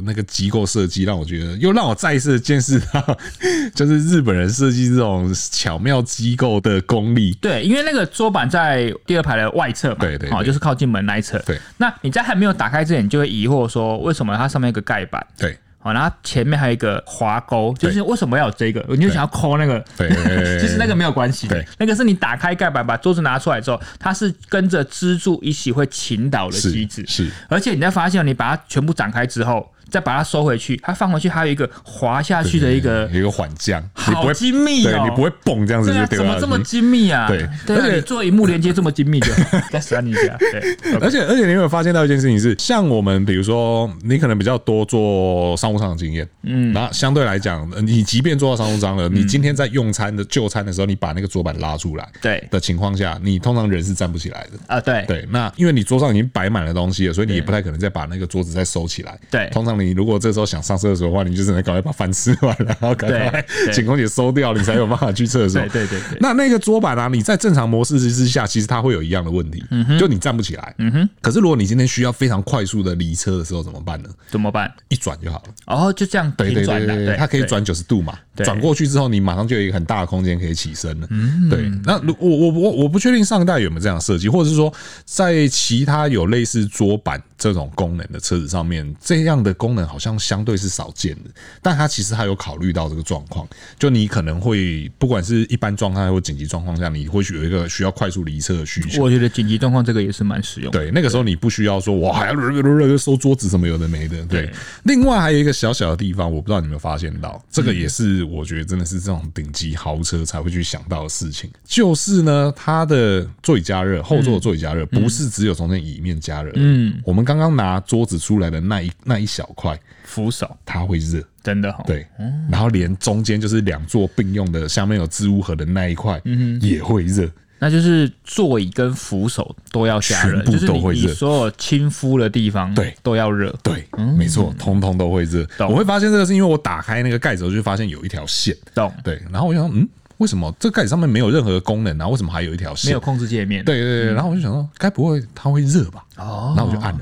A: 那个机构设计，让我觉得又让我再一次见识到， 就是日本人设计这种巧妙机构的功力。
B: 对，因为那个桌板在第二排的外侧嘛，
A: 对对
B: 哦，
A: 对
B: 就是靠近门那一侧。
A: 对，
B: 那你在还没有打开之前，你就会疑惑说，为什么它上面有个盖板？
A: 对。
B: 好，然后前面还有一个滑钩，就是为什么要有这个？你就想要抠那个，
A: 对对对
B: 其实那个没有关系的
A: 对，
B: 那个是你打开盖板把桌子拿出来之后，它是跟着支柱一起会倾倒的
A: 是
B: 机制，
A: 是
B: 而且你在发现你把它全部展开之后，再把它收回去，它放回去还有一个滑下去的一个，
A: 嗯有一个缓降，你不
B: 好
A: 会
B: 精密
A: 对
B: 哦，
A: 你不会蹦这样子
B: 对
A: 就
B: 啊，
A: 丢
B: 怎
A: 下
B: 么
A: 去。
B: 这么精密啊？
A: 对
B: 对
A: 而
B: 啊，
A: 且
B: 你做荧幕连接这么精密就好， 再删一下。对，
A: 而且而且你有没有发现到一件事情是，像我们比如说，你可能比较多做商务舱的经验，嗯，那相对来讲，呃你即便做到商务舱了，你今天在用餐的就餐的时候，你把那个桌板拉出来，
B: 对
A: 的情况下，你通常人是站不起来的。
B: 啊，对，
A: 对，那因为你桌上已经摆满了东西了，所以你也不太可能再把那个桌子再收起来。
B: 对
A: 通常你如果这时候想上厕所的话，你就只能赶快把饭吃完，然后赶快
B: 对对
A: 请空姐收掉，你才有办法去厕所。
B: 对对对对
A: 那那个桌板啊，你在正常模式之下，其实它会有一样的问题，
B: 嗯
A: 就你站不起来。嗯哼。可是如果你今天需要非常快速的离车的时候怎么办呢？
B: 怎么办？
A: 一转就好了。
B: 哦，就这样
A: 对
B: 平
A: 对
B: 转
A: 对
B: 的，
A: 对，
B: 对，
A: 它可以
B: 对
A: 转九十度嘛，
B: 对
A: 转过去之后，你马上就有一个很大的空间可以起身了。
B: 嗯
A: 对，那如我我我我不确定上一代有没有这样的设计，或者是说在其他有类似桌板这种功能的车子上面，这样的功能好像相对是少见的，但它其实还有考虑到这个状况，就你可能会不管是一般状态或紧急状况下，你会有一个需要快速离车的需求。
B: 我觉得紧急状况这个也是蛮实用的。
A: 对，那个时候你不需要说我还要收桌子什么有的没的。对
B: 对，
A: 另外还有一个小小的地方，我不知道你有没有发现到，这个也是我觉得真的是这种顶级豪车才会去想到的事情，就是呢，它的座椅加热，后座的座椅加热不是只有从那椅面加热，嗯，我们刚刚拿桌子出来的那一那一小块，
B: 扶手
A: 它会热。
B: 真的好，哦
A: 对，然后连中间就是两座并用的，下面有置物盒的那一块，也会热。
B: 那就是座椅跟扶手都要加热，
A: 全部
B: 就是
A: 都会
B: 你
A: 热
B: 你所有亲肤的地方
A: 对
B: 都要热。
A: 对，没错，通通都会热。
B: 嗯懂
A: 我会发现这个是因为我打开那个盖子，我就发现有一条线。
B: 懂？
A: 对，然后我就想，嗯，为什么这盖子上面没有任何功能，然后为什么还有一条
B: 没
A: 线
B: 有？控制界面，
A: 对对对，然后我就想说，该不会它会热吧？
B: 哦
A: 然后我就按了。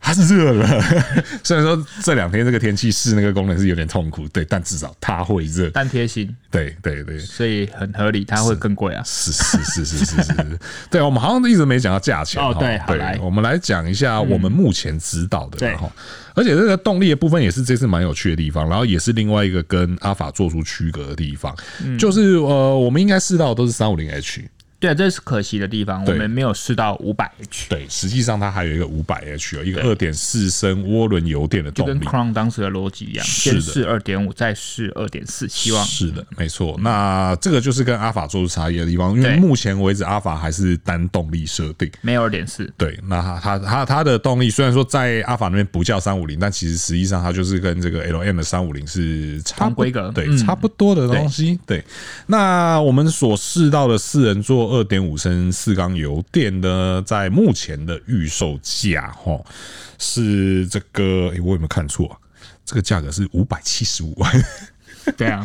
A: 它是热了， 虽然说这两天这个天气试那个功能是有点痛苦，对，但至少它会热，
B: 但贴心，
A: 对对对，
B: 所以很合理，它会更贵啊。
A: 是是是是是是是， 对，啊我们好像一直没讲到价钱
B: 哦
A: 哈
B: 对好来嗯
A: 我们来讲一下我们目前知道的
B: 对
A: 然后，而且这个动力的部分也是这次蛮有趣的地方，然后也是另外一个跟阿法做出区隔的地方，
B: 嗯
A: 就是呃，我们应该试到的都是三五零 H，
B: 对，啊这是可惜的地方，我
A: 对
B: 们没有试到五百 H，
A: 对，实际上它还有一个五百 H 哦，一个二点四升涡轮油电的
B: 就
A: 动
B: 跟
A: 力。
B: Crown 当时的逻辑一样，
A: 是的
B: 先试二点五，再试二点四，希望
A: 是的，没错。那这个就是跟阿法做出差异的地方，因为
B: 对
A: 目前为止阿法还是单动力设定。
B: 没有二点四。
A: 对，那它它它它的动力虽然说在阿法那边不叫三五零，但其实实际上它就是跟这个 L M 的三五零是差
B: 同
A: 不
B: 规格
A: 对，
B: 嗯
A: 差不多的东西。对，那我们所试到的四人座二点五升四缸油电呢，在目前的预售价哦是这个，诶，我有没有看错、啊？这个价格是五百七十五万，
B: 对啊，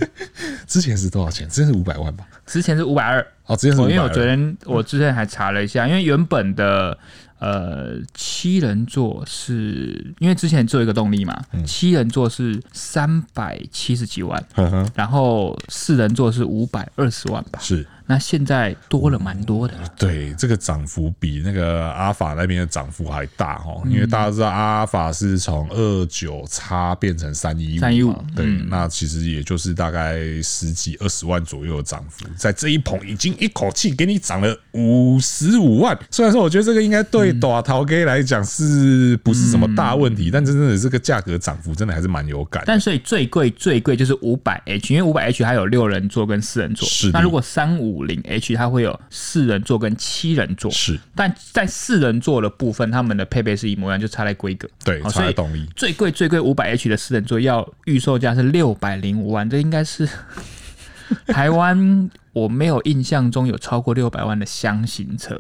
A: 之前是多少钱？之前是五百万吧？
B: 之前是五百二，
A: 哦，之前是
B: 我
A: 五
B: 因为
A: 百
B: 我昨
A: 万。
B: 天我之前还查了一下，因为原本的呃七人座是因为之前只有一个动力嘛，
A: 嗯
B: 七人座是三百七十几万，
A: 呵呵
B: 然后四人座是五百二十万吧，
A: 是
B: 那现在多了蛮多的，
A: 对，这个涨幅比那个阿法那边的涨幅还大哦，
B: 嗯
A: 因为大家知道阿法是从二九叉变成三一
B: 315
A: 对，那其实也就是大概十几二十万左右的涨幅，在这一捧已经一口气给你涨了五十五万。虽然说我觉得这个应该对短桃 K 来讲是不是什么大问
B: 嗯
A: 题，但真正的这个价格涨幅真的还是蛮有感的。
B: 但所以最贵最贵就是五百 H，因为五百 H 它有六人座跟四人座
A: 是，的
B: 那如果三五零 H 它会有四人座跟七人座，
A: 是
B: 但在四人座的部分，他们的配备是一模一样，就差在规格。
A: 对
B: 好
A: 差在
B: 哦所以
A: 动力
B: 最贵最贵五百 H 的四人座要预售价是六百零五万，这应 该是台湾我没有印象中有超过六百万的箱 型车。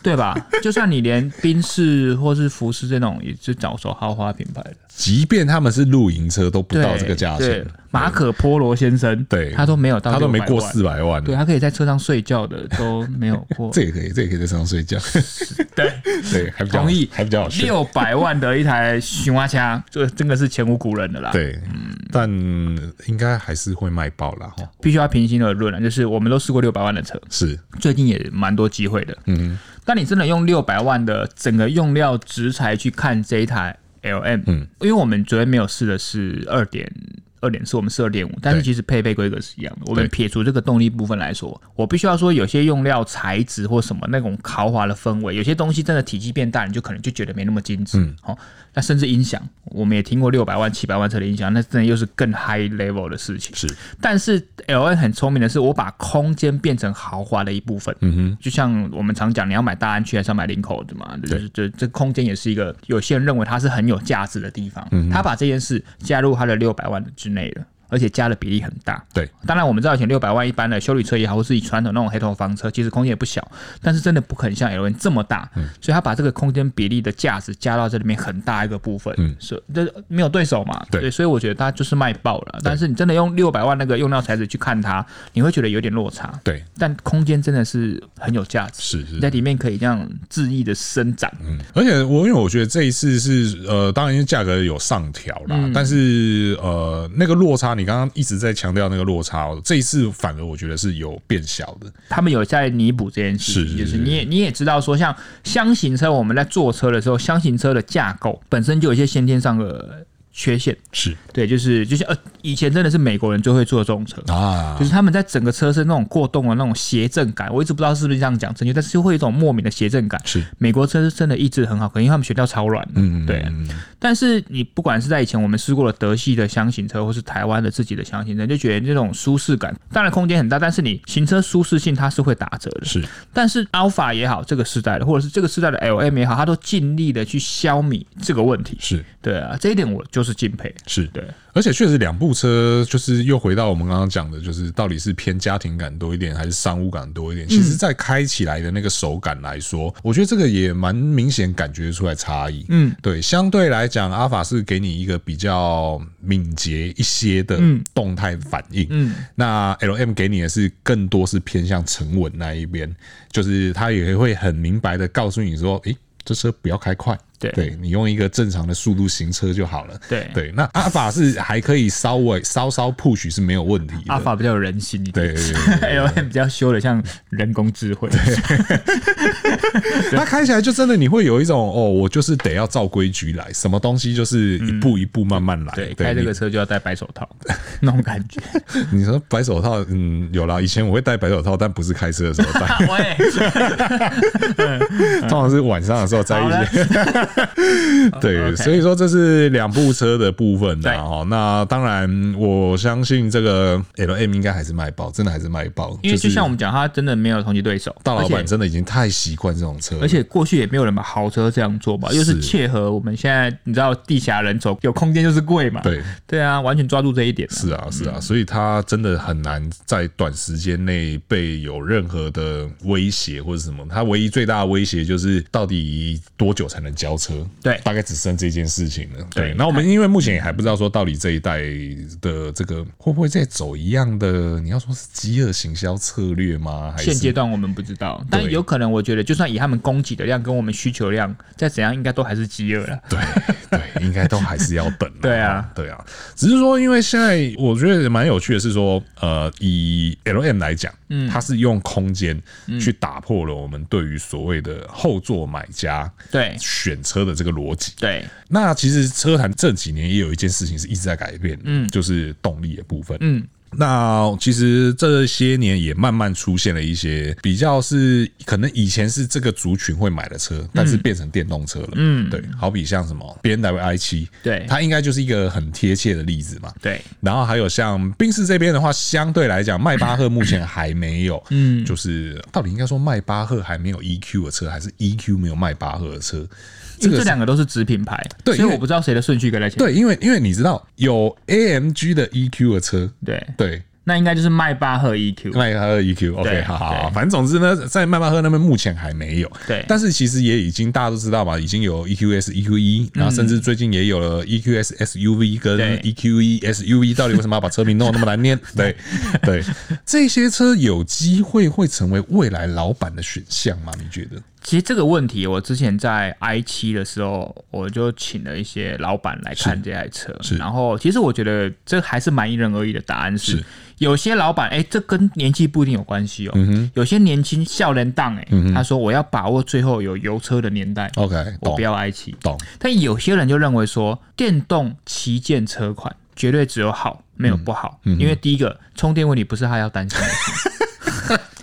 B: 对吧？就算你连宾士或是福斯这种也是早手豪华品牌的，
A: 即便他们是露营车，都不
B: 对
A: 到这个价
B: 对
A: 钱。
B: 马可波罗先生，
A: 对
B: 他都没有到，
A: 他都没过四，百万，。
B: 对他可以在车上睡觉的都没有过
A: 这也可以，这也可以在车上睡觉。
B: 对，
A: 对，还比较
B: 同意，
A: 还比较好笑。
B: 六百万的一台熊蛙枪，这真的是前无古人的啦。，
A: 对，但应该还是会卖爆啦。哈。
B: 必须要平心而论啊，就是我们都试过六百万的车，
A: 是，
B: 最近也蛮多机会的。
A: 嗯，
B: 但你真的用六百万的整个用料值材去看这一台 LM，
A: 嗯，
B: 因为我们昨天没有试的是二点。二点四，我们是二点五，但是
A: 对
B: 其实配备规格是一样的。我们
A: 对
B: 撇除这个动力部分来说，我必须要说，有些用料材质或什么那种豪华的氛围，有些东西真的体积变大，你就可能就觉得没那么精致。
A: 嗯，
B: 好、那甚至音响，我们也听过六百万、七百万车的音响，那真的又是更 high level 的事情。
A: 是，
B: 但是 L N 很聪明的是，我把空间变成豪华的一部分。
A: 嗯哼，
B: 就像我们常讲，你要买大安区还是要买林口的嘛？就是这这空间也是一个有些人认为它是很有价值的地方。
A: 嗯
B: 他把这件事加入他的六百万之内了，而且加的比例很大。
A: 对，
B: 当然，我们知道以前六百万一般的修理车也好，或是以传统那种黑头房车，其实空间也不小，但是真的不可能像 L N 这么大，
A: 嗯
B: 所以他把这个空间比例的价值加到这里面很大一个部分，
A: 嗯
B: 是这没有对手嘛，
A: 对
B: 所以我觉得他就是卖爆了。但是你真的用六百万那个用料材质去看它，你会觉得有点落差，
A: 对，
B: 但空间真的是很有价值，
A: 是是
B: 你在。里面可以这样恣意的伸展，
A: 而且我因为我觉得
B: 嗯
A: 这一次是呃，当然价格有上调啦，但是呃，那个落差你刚刚一直在强调那个落差、哦，这一次反而我觉得是有变小的。
B: 他们有在弥补这件事
A: 是
B: 情，
A: 是
B: 就是
A: 是
B: 你也你也知道说，像箱型车，我们在坐车的时候，箱型车的架构本身就有一些先天上的缺陷，
A: 是
B: 对，就是就像呃，以前真的是美国人最会做这种车。
A: 啊
B: 就，是他们在整个车身那种过动的那种斜正感，我一直不知道是不是这样讲正确，但是就会有一种莫名的斜正感。
A: 是
B: 美国车真的意志很好，可能因为他们悬吊超软，
A: 嗯，
B: 对。啊但是你不管是在以前我们试过的德系的箱型车，或是台湾的自己的箱型车，就觉得那种舒适感，当然空间很大，但是你行车舒适性它是会打折的。
A: 是
B: 但是 Alpha 也好，这个世代的，或者是这个世代的 LM 也好，它都尽力的去消弭这个问题。
A: 是
B: 对啊，这一点我就是敬佩。
A: 是，
B: 对，
A: 而且确实两部车就是又回到我们刚刚讲的，就是到底是偏家庭感多一点，还是商务感多一点？
B: 嗯
A: 其实，在开起来的那个手感来说，我觉得这个也蛮明显感觉出来差异。
B: 嗯，
A: 对，相对来讲，阿法是给你一个比较敏捷一些的
B: 嗯
A: 动态反应。
B: 嗯，
A: 那 L M 给你的是更多是偏向沉稳那一边，就是他也会很明白的告诉你说，诶、这车不要开快，
B: 对
A: 对你用一个正常的速度行车就好了。
B: 对
A: 对，那阿法是还可以稍微稍稍 push 是没有问题的。
B: ，Alpha 比较有人性一
A: 对
B: 点
A: 对对对
B: ，LM 比较修的像人工智慧。
A: 它开起来就真的你会有一种哦，我就是得要照规矩来，什么东西就是一步一步慢慢来。
B: 对，开这个车就要戴白手套，那种感觉。
A: 你，你说白手套，嗯，有啦，以前我会戴白手套，但不是开车的时候戴，
B: 喂，
A: 通常是晚上的时候戴一
B: 好
A: 些
B: 了。
A: 对，
B: OK
A: 所以说这是两部车的部分
B: 对
A: 啦。哦，那当然，我相信这个 L M 应该还是卖爆，真的还是卖爆，
B: 因为
A: 是
B: 就像我们讲，他真的没有同级对手，
A: 大老
B: 而
A: 板
B: 且
A: 真的已经太习惯这种车了，
B: 而且过去也没有人把豪车这样做吧，又是
A: 是
B: 切合我们现在你知道地狭人稠，有空间就是贵嘛。
A: 对。
B: 对啊，完全抓住这一点啊。
A: 是啊，是啊，所以它真的很难在短时间内被有任何的威胁或者什么。它唯一最大的威胁就是到底多久才能交车？
B: 对
A: 大概只剩这件事情了。对
B: 对，
A: 那我们因为目前也还不知道说到底这一代的这个会不会再走一样的，你要说是饥饿行销策略吗？还是
B: 现阶段我们不知道，但
A: 对
B: 有可能，我觉得就算以他们供给的量跟我们需求量再怎样，应该都还是饥饿了。
A: 对对，应该都还是要等。
B: 对啊，
A: 对啊，只是说，因为现在我觉得蛮有趣的是说，呃，以 L M 来讲，嗯，它是用空间
B: 嗯
A: 去打破了我们对于所谓的后座买家
B: 对
A: 选车的这个逻辑。
B: 对，
A: 那其实车坛这几年也有一件事情是一直在改变，嗯，就是动力的部分，
B: 嗯。
A: 那其实这些年也慢慢出现了一些比较是可能以前是这个族群会买的车，但是变成电动车了。
B: 嗯
A: 对，好比像什么 B N W i 七，
B: 对
A: 它应该就是一个很贴切的例子嘛。
B: 对，
A: 然后还有像宾士这边的话，相对来讲，迈巴赫目前还没有，嗯，就是到底应该说迈巴赫还没有 EQ 的车，还是 EQ 没有迈巴赫的车？
B: 因为
A: 个
B: 这
A: 是
B: 两个都是子品牌，
A: 对
B: 所以
A: 因为
B: 我不知道谁的顺序跟在前面。
A: 对，因为因为你知道有 AMG 的 EQ 的车，
B: 对，
A: 对，
B: 那应该就是迈巴赫 EQ。
A: 迈巴赫 EQ，OK，、
B: 对
A: E 好好好，
B: 对
A: 反正总之呢，在迈巴赫那边目前还没有，
B: 对
A: 但是其实也已经大家都知道嘛，已经有 E EQS、EQE，然后甚至最近也有了 E EQS SUV 跟
B: 嗯
A: E
B: 对
A: EQE SUV，到底为什么要把车名弄得那么难 念？对对，这些车有机会会成为未来老板的选项吗？你觉得？
B: 其实这个问题，我之前在 i 七的时候，我就请了一些老板来看这台车
A: 是，
B: 然后其实我觉得这还是蛮因人而异的。答案是
A: 是
B: 有些老板，哎，这跟年纪不一定有关系哦。
A: 嗯
B: 有些年轻笑人档，哎，他说我要把握最后有油车的年代，
A: OK，
B: 我
A: 哦懂
B: 不要 i 七。
A: 懂，
B: 但有些人就认为说，电动旗舰车款绝对只有好，没有不好，
A: 嗯
B: 因为第一个充电问题不是他要担心的事。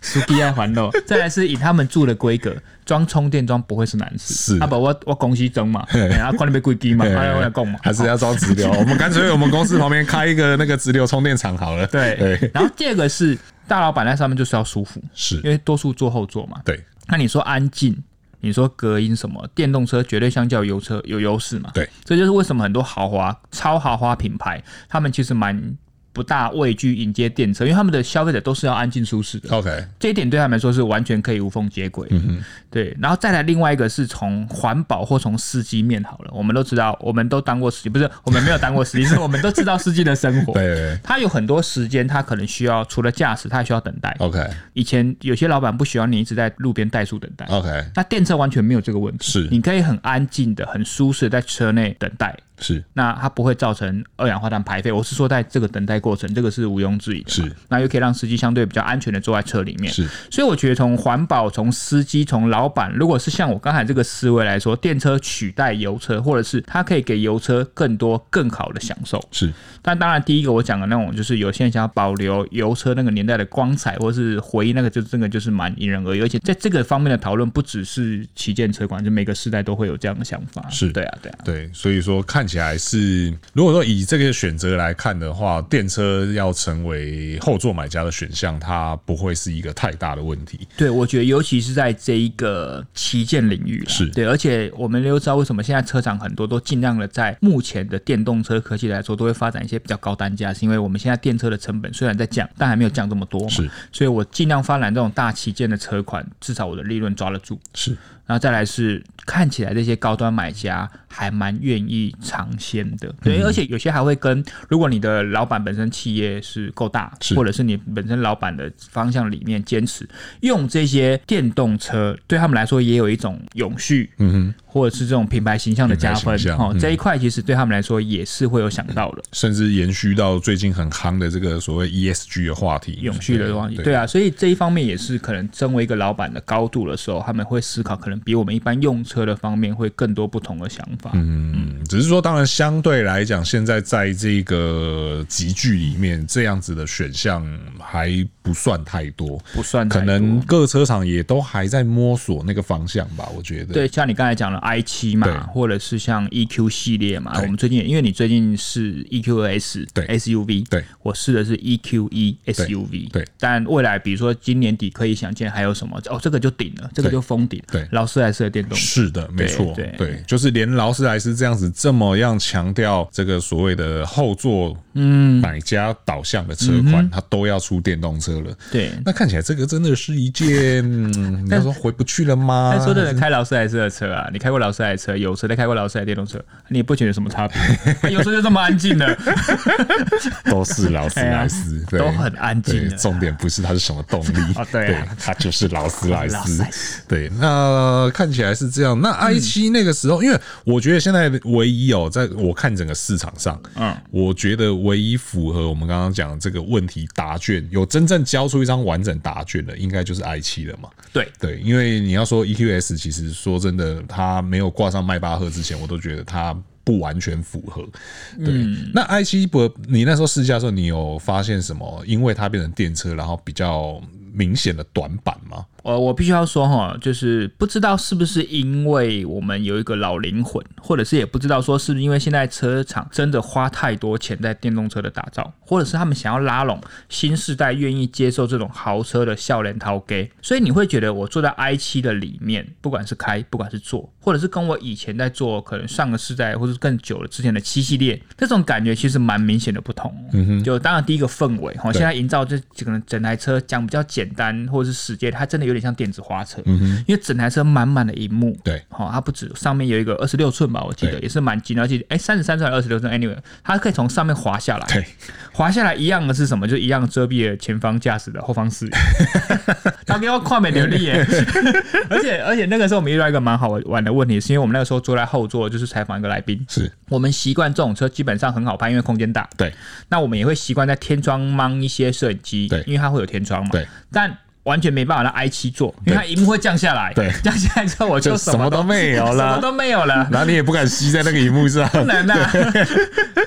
B: s u k i 爱环路，再来是以他们住的规格，装充电桩不会是难事。
A: 是
B: 啊不，我我公司装嘛，哎啊，管你被贵机嘛，
A: 对
B: 啊我来供嘛，
A: 还是要装直 流？我们干脆我们公司旁边开一个那个直流充电厂好了。
B: 对
A: 对。
B: 然后第二个是大老板在上面就是要舒服，
A: 是
B: 因，为多数坐后座嘛。
A: 对
B: 那你说安静，你说隔音什么，电动车绝对相较油车有优势嘛？
A: 对，
B: 这就是为什么很多豪华、超豪华品牌，他们其实蛮不大畏惧迎接电车，因为他们的消费者都是要安静舒适的，
A: ，OK，
B: 这一点对他们来说是完全可以无缝接轨。嗯对，然后再来另外一个是从环保或从司机面好了，我们都知道，我们都当过司机，不是我们没有当过司机， 是我们都知道司机的生活。
A: 对。对对
B: 他有很多时间，他可能需要除了驾驶，他还需要等待。
A: ，OK
B: 以前有些老板不喜欢你一直在路边怠速等待，
A: OK，
B: 那电车完全没有这个问题，
A: 是
B: 你可以很安静的、很舒适地在车内等待，
A: 是
B: 那它不会造成二氧化碳排废。我是说，在这个等待过程，这个是毋庸置疑的。
A: 是，
B: 那又可以让司机相对比较安全的坐在车里面。
A: 是，
B: 所以我觉得从环保、从司机、从老板，如果是像我刚才这个思维来说，电车取代油车，或者是它可以给油车更多更好的享受。
A: 是
B: 但当然，第一个我讲的那种，就是有些人想要保留油车那个年代的光彩，或是回忆那个，就真的就是蛮因人而异。而且在这个方面的讨论，不只是旗舰车款，就每个时代都会有这样的想法。
A: 是
B: 对啊，对啊。
A: 对，所以说看起来是，如果说以这个选择来看的话，电车要成为后座买家的选项，它不会是一个太大的问题。
B: 对，我觉得尤其是在这一个旗舰领域啦，啊
A: 是
B: 对，而且我们都知道为什么现在车厂很多都尽量的在目前的电动车科技来说，都会发展一些比较高单价，是因为我们现在电车的成本虽然在降，但还没有降这么多嘛，
A: 是
B: 所以我尽量发展这种大旗舰的车款，至少我的利润抓得住。
A: 是
B: 然后再来是看起来这些高端买家还蛮愿意尝鲜的，
A: 嗯
B: 对，而且有些还会跟，如果你的老板本身企业是够大
A: 是，
B: 或者是你本身老板的方向里面坚持用这些电动车，对他们来说也有一种永续，嗯哼，或者是这种品牌形象的加
A: 品牌
B: 分
A: 形，象
B: 哦，
A: 嗯
B: 这一块其实对他们来说也是会有想到的。
A: 甚至延续到最近很夯的这个所谓 ESG 的话题，
B: 永续的东西，对
A: 啊，
B: 啊，所以这一方面也是可能身为一个老板的高度的时候，他们会思考可能比我们一般用车的方面会更多不同的想法。
A: 嗯，只是说，当然相对来讲，现在在这个集聚里面，这样子的选项还不算太多，
B: 不算太
A: 可
B: 多
A: 能各车厂也都还在摸索那个方向吧，我觉得。
B: 对，像你刚才讲的 i 七
A: 对
B: 嘛，或者是像 EQ 系列嘛，我们最近也因为你最近是 E EQS
A: 对
B: SUV，
A: 对
B: 我试的是 E EQE SUV，
A: 对
B: 但未来比如说今年底可以想见还有什么哦，这个就顶了，这个
A: 对
B: 就封顶，
A: 对
B: 劳斯莱斯的电动车。
A: 是的，没错，
B: 对
A: 对，就是连劳斯莱斯这样子这么样强调这个所谓的后座，嗯，买家导向的车款，它都要出电动车了。
B: 嗯对，
A: 那看起来这个真的是一件，嗯你要说回不去了吗？
B: 哎但说真的，开劳斯莱斯的车啊，你开过劳斯莱斯车，有车，再开过劳斯莱斯电动车，你也不觉得有什么 差别，哎有车就这么安静的，
A: 都是劳斯莱斯，对，
B: 哎都很安静
A: 对，
B: 的。
A: 重点不是它是什么动力
B: 哦对啊
A: 它就是劳斯莱
B: 劳斯嗯
A: 斯
B: 莱。
A: 对，那看起来是这样。那 i 七那个时候，因为我觉得现在唯一哦，在我看整个市场上，
B: 嗯，
A: 我觉得唯一符合我们刚刚讲这个问题答卷，有真正交出一张完整答卷的，应该就是 i 七了嘛。
B: 对，
A: 对，因为你要说 EQS，其实说真的，它没有挂上迈巴赫之前，我都觉得它不完全符合。对，
B: 嗯
A: 那 i 七不，你那时候试驾的时候，你有发现什么？因为它变成电车，然后比较明显的短板 吗？
B: 呃我我必须要说哈，就是不知道是不是因为我们有一个老灵魂，或者是也不知道说是不是因为现在车厂真的花太多钱在电动车的打造，或者是他们想要拉拢新世代愿意接受这种豪车的笑脸掏给，所以你会觉得我坐在 i 七的里面，不管是开，不管是坐，或者是跟我以前在做可能上个世代或者是更久了之前的七系列，这种感觉其实蛮明显的不同、哦。嗯哼，就当然第一个氛围哦哈，现在营造这可能整台车讲比较简单或者是时间，它真的有点像电子花车，嗯哼，因为整台车满满的荧幕，
A: 对
B: 好、它不止上面有一个二十六寸吧，我记得
A: 对
B: 也是蛮近的，而且哎三十三寸还是二十六寸，anyway，它可以从上面滑下来，，滑下来一样的是什么？就一样遮蔽了前方驾驶的后方 视野。他给我跨美流利耶！ 而且而且那个时候我们遇到一个蛮好玩的问题，是因为我们那个时候坐在后座，就是采访一个来宾，
A: 是
B: 我们习惯这种车基本上很好拍，因为空间大。
A: 对，
B: 那我们也会习惯在天窗mang一些摄影机，
A: 对
B: 因为它会有天窗嘛。
A: 对，
B: 但完全没办法让 i 七做，因为它荧幕会降下来。
A: 对
B: 降下来之后我就
A: 就
B: 什
A: 什么
B: 都
A: 都没有
B: 什么
A: 了，
B: 都没有了。
A: 然后你也不敢吸在那个荧幕上。
B: 不能啊。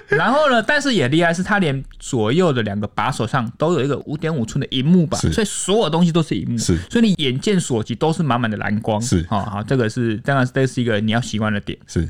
B: 然后呢，但是也厉害是，它连左右的两个把手上都有一个五点五寸的荧幕吧，
A: 是
B: 所以所有东西都是荧幕，
A: 是
B: 所以你眼见所及都是满满的蓝光，
A: 是
B: 好、好，这个是当然这是一个你要习惯的点。
A: 是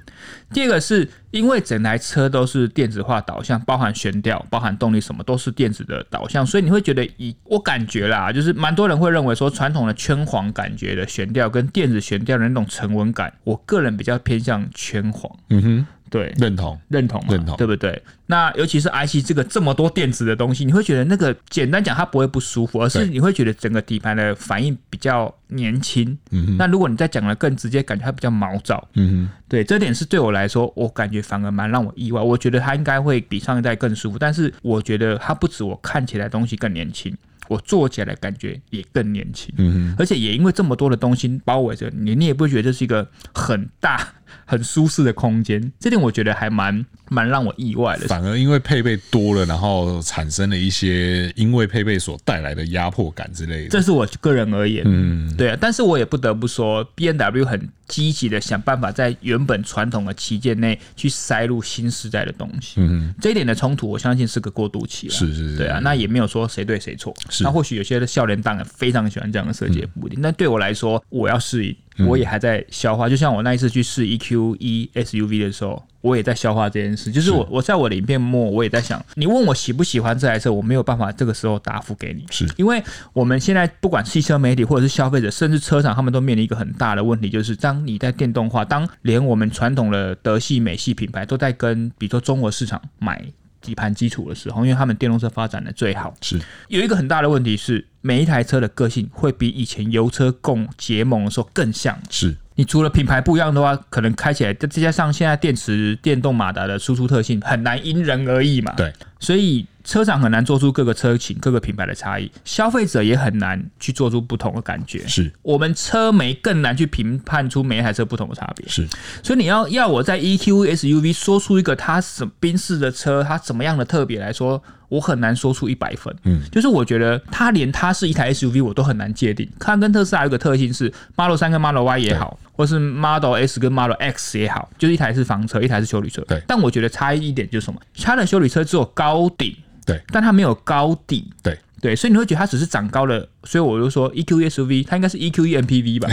B: 第二个是因为整台车都是电子化导向，包含悬吊、包含动力什么都是电子的导向，所以你会觉得以我感觉啦，就是蛮多人会认为说传统的圈簧感觉的悬吊跟电子悬吊的那种沉稳感，我个人比较偏向圈簧，
A: 嗯哼，
B: 对，
A: 认同。
B: 认同嘛，
A: 认同
B: 对不对？那尤其是 IC 这个这么多电子的东西，你会觉得那个简单讲它不会不舒服，而是
A: 对
B: 你会觉得整个底盘的反应比较年轻。嗯那如果你再讲的更直接，感觉它比较毛躁。
A: 嗯
B: 对，这点是对我来说，我感觉反而蛮让我意外。我觉得它应该会比上一代更舒服，但是我觉得它不止我看起来东西更年轻。我做起来的感觉也更年轻，嗯，而且也因为这么多的东西包围着你，你也不会觉得这是一个很大很舒适的空间，这点我觉得还蛮蛮让我意外的。
A: 反而因为配备多了，然后产生了一些因为配备所带来的压迫感之类的。
B: 这是我个人而言，嗯，对啊，但是我也不得不说，B N W 很积极的想办法在原本传统的旗舰内去塞入新时代的东西，嗯，这一点的冲突，我相信是个过渡期了，
A: 是是是
B: 对啊，那也没有说谁对谁错，那或许有些的笑脸党人非常喜欢这样的设计，也不
A: 嗯
B: 一定，但对我来说，我要适应。我也还在消化，就像我那一次去试 E EQ 一 SUV 的时候，我也在消化这件事。就是我我在我的影片末，我也在想，你问我喜不喜欢这台车，我没有办法这个时候答复给你，
A: 是
B: 因为我们现在不管汽车媒体或者是消费者，甚至车厂，他们都面临一个很大的问题，就是当你在电动化，当连我们传统的德系、美系品牌都在跟比如说中国市场买底盘基础的时候，因为他们电动车发展的最好，
A: 是
B: 有一个很大的问题是，每一台车的个性会比以前油车共结盟的时候更像。
A: 是
B: 你除了品牌不一样的话，可能开起来，再加上现在电池电动马达的输出特性很难因人而异嘛。
A: 对，
B: 所以车厂很难做出各个车型、各个品牌的差异，消费者也很难去做出不同的感觉。
A: 是
B: 我们车媒更难去评判出每一台车不同的差别。
A: 是
B: 所以你要要我在 E EQ SUV 说出一个它什么宾士的车，它怎么样的特别来说，我很难说出一百分。嗯，就是我觉得它连它是一台 SUV 我都很难界定。它跟特斯拉有一个特性是 Model 三跟 Model Y 也好，或是 Model S 跟 Model X 也好，就是一台是房车，一台是修理车。
A: 对
B: 但我觉得差异一点就是什么？它的修理车只有高顶，
A: 对
B: 但它没有高底。
A: 对，
B: 对，所以你会觉得它只是长高了，所以我就说 E EQ SUV 它应该是 EQ E MPV 吧，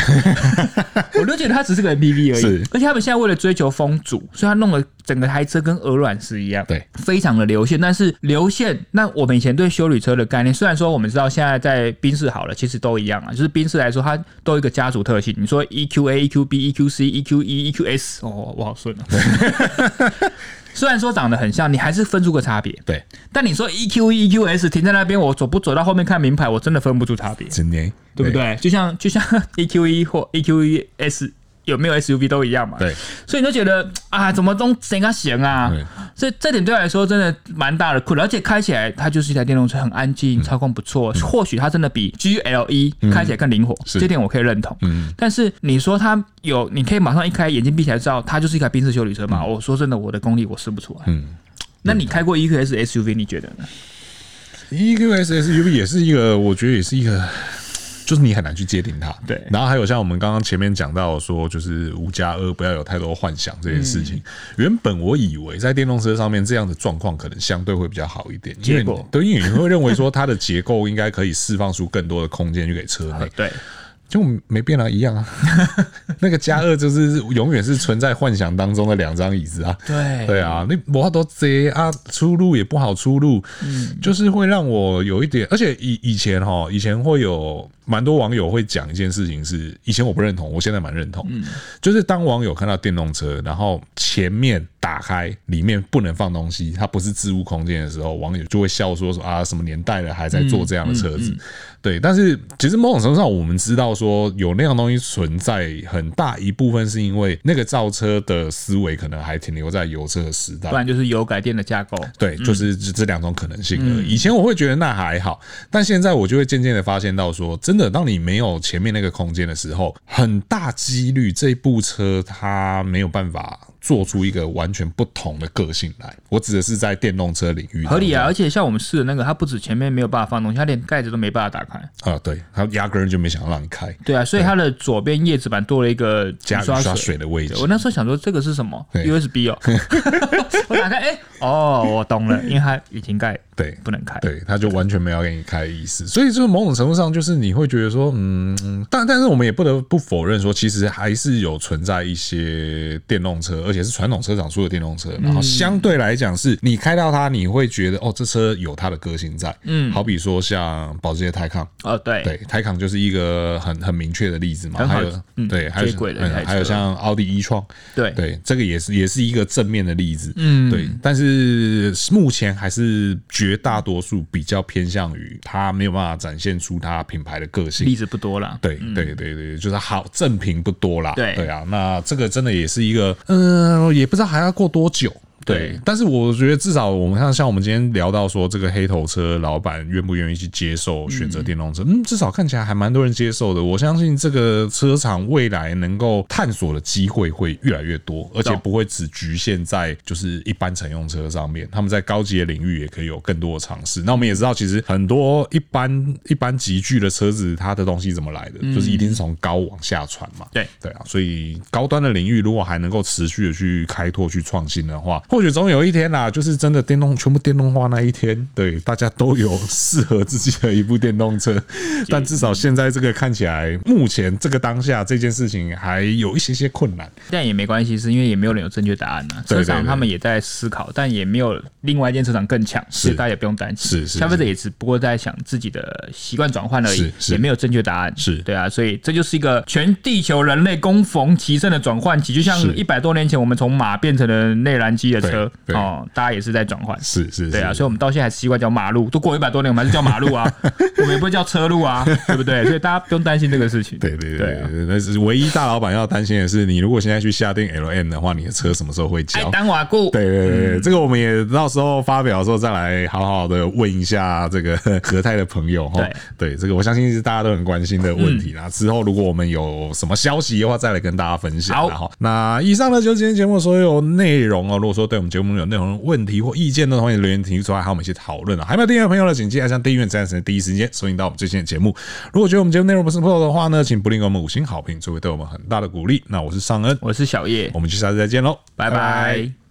B: 我就觉得它只是个 MPV 而已
A: 是。
B: 而且他们现在为了追求风阻，所以他弄了整个台车跟鹅卵石一样，
A: 对，
B: 非常的流线。但是流线，那我们以前对修理车的概念，虽然说我们知道现在在宾士好了，其实都一样啊，就是宾士来说，它都有一个家族特性。你说 E EQA、EQB、EQC、EQE、EQS，哦，我好顺啊。 虽然说长得很像，你还是分出个差别。
A: 对，
B: 但你说 E EQ、EQS 停在那边，我走不走到后面看名牌，我真的分不出差别。
A: 今年
B: 对不？对？就像就像 EQE 或 E EQES 有没有 SUV 都一样嘛。
A: 对，
B: 所以你就觉得啊，怎么都怎个行啊
A: 对？
B: 所以这点对我来说真的蛮大的困扰，而且开起来它就是一台电动车，很安
A: 嗯
B: 静，操控不错，或许它真的比 GLE 开起来更灵活，
A: 是
B: 这点我可以认同。
A: 嗯，
B: 但是你说它有，你可以马上一开眼睛闭起来知道它就是一台宾士修理车嘛？我说真的，我的功力我试不出来。
A: 嗯。
B: 那你开过 E EQS SUV，你觉得呢？
A: EQS SUV 也是一个，我觉得也是一个，就是你很难去界定它。
B: 对
A: 然后还有像我们刚刚前面讲到说，就是无加二不要有太多幻想这件事
B: 嗯
A: 情。原本我以为在电动车上面这样的状况可能相对会比较好一点，因为
B: 结
A: 你
B: 果
A: 对，因为你会认为说它的结构应该可以释放出更多的空间去给车内，
B: 对，
A: 就没变啊，一样啊。 那个加二就是永远是存在幻想当中的两张椅子啊。
B: 对
A: 对啊，你我都这啊，出路也不好出路，就是会让我有一点，而且以以前哈，以前会有蛮多网友会讲一件事情是，以前我不认同，我现在蛮认同，就是当网友看到电动车，然后前面打开，里面不能放东西，它不是置物空间的时候，网友就会笑说说啊，什么年代了还在做这样的车子，对，但是其实某种程度上，我们知道说有那样东西存在，很大一部分是因为那个造车的思维可能还停留在油车的时代
B: 不。然就是油改电的架构。
A: 对，就是这这两种可能性而
B: 嗯
A: 已。以前我会觉得那还好，但现在我就会渐渐的发现到说，真的，当你没有前面那个空间的时候，很大几率这部车它没有办法做出一个完全不同的个性来。我指的是在电动车领域当中，
B: 合理啊，而且像我们试的那个，它不止前面没有办法放东西，它连盖子都没办法打开。
A: 啊，对，它压根儿就没想要让你开
B: 对啊，所以它的左边叶子板多了一个
A: 加
B: 雨刷
A: 雨刷水的位置
B: 对。我那时候想说这个是什么
A: 对
B: USB 哦，我打开哎、哦，我懂了，因为它引擎盖
A: 对，
B: 不能开。
A: 对，他就完全没有给你开的意思。所以，就是某种程度上，就是你会觉得说，嗯，嗯但但是我们也不得不否认说，其实还是有存在一些电动车，而且是传统车厂出的电动车，然后
B: 嗯
A: 相对来讲，是你开到它，你会觉得哦，这车有它的个性在。嗯，好比说像保时捷 Taycan，
B: 哦对
A: 对，Taycan 就是一个很很明确的例子嘛。
B: 很好
A: 还有
B: 嗯
A: 对，还有
B: 接轨的一台
A: 嗯
B: 车
A: 还有像奥迪一创，
B: 对
A: 对，这个也是也是一个正面的例子，
B: 嗯
A: 对。但是目前还是绝大多数比较偏向于它没有办法展现出它品牌的个性
B: 例。子不多啦。
A: 对对对对，就是好正品不多啦。
B: 嗯对
A: 呃对啊，那这个真的也是一个，嗯、也不知道还要过多久。对，但是我觉得至少我们看，像我们今天聊到说，这个黑头车老板愿不愿意去接受选择电动车？嗯，至少看起来还蛮多人接受的。我相信这个车厂未来能够探索的机会会越来越多，而且
B: 懂
A: 不会只局限在就是一般乘用车上面，他们在高级的领域也可以有更多的尝试。那我们也知道，其实很多一般一般集聚的车子，它的东西怎么来的，就是一定是从高往下传嘛。
B: 对
A: 对啊，所以高端的领域如果还能够持续的去开拓、去创新的话，或许总有一天啦，就是真的电动全部电动化那一天，对大家都有适合自己的一部电动车。但至少现在这个看起来，目前这个当下这件事情还有一些些困难。
B: 但也没关系，是因为也没有人有正确答案呐、
A: 对对
B: 车厂他们也在思考，但也没有另外一间车厂更强，所以大家也不用担心。
A: 是是
B: 消费者也只不过在想自己的习惯转换而已
A: 是，是
B: 也没有正确答案。
A: 是
B: 对啊，所以这就是一个全地球人类供逢其盛的转换期，就像
A: 是
B: 一百多年前我们从马变成了内燃机的车
A: 对对
B: 哦，大家也是在转换。
A: 是是，
B: 对啊，
A: 是
B: 所以我们到现在还习惯叫马路，都过一百多年，我们还是叫马 路啊，我们也不会叫车路啊，对不对？所以大家不用担心这个事情。
A: 对对
B: 对
A: 对
B: 啊
A: 对，那是唯一大老板要担心的是，你如果现在去下定 L M 的话，你的车什么时候会
B: 爱
A: 交？
B: 当瓦固，
A: 对对对
B: 嗯
A: 对，这个我们也到时候发表的时候再来好好的问一下这个 和泰的朋友哈。对，这个我相信是大家都很关心的问题
B: 嗯
A: 啦。之后如果我们有什么消息的话，再来跟大家分享啦。
B: 好
A: 哈，那以上呢就是今天节目所有内容哦。如果说对我们节目有内容问题或意见的，同也留言提出来，还有我们一起讨论啊。还没有订阅的朋友呢，请记得按下订阅，这样才能第一时间收听到我们最新的节目。如果觉得我们节目内容不是不错的话呢，请不吝给我们五星好评，这会对我们很大的鼓励。那我是尚恩，
B: 我是小叶，
A: 我们就下次再见喽，
B: 拜拜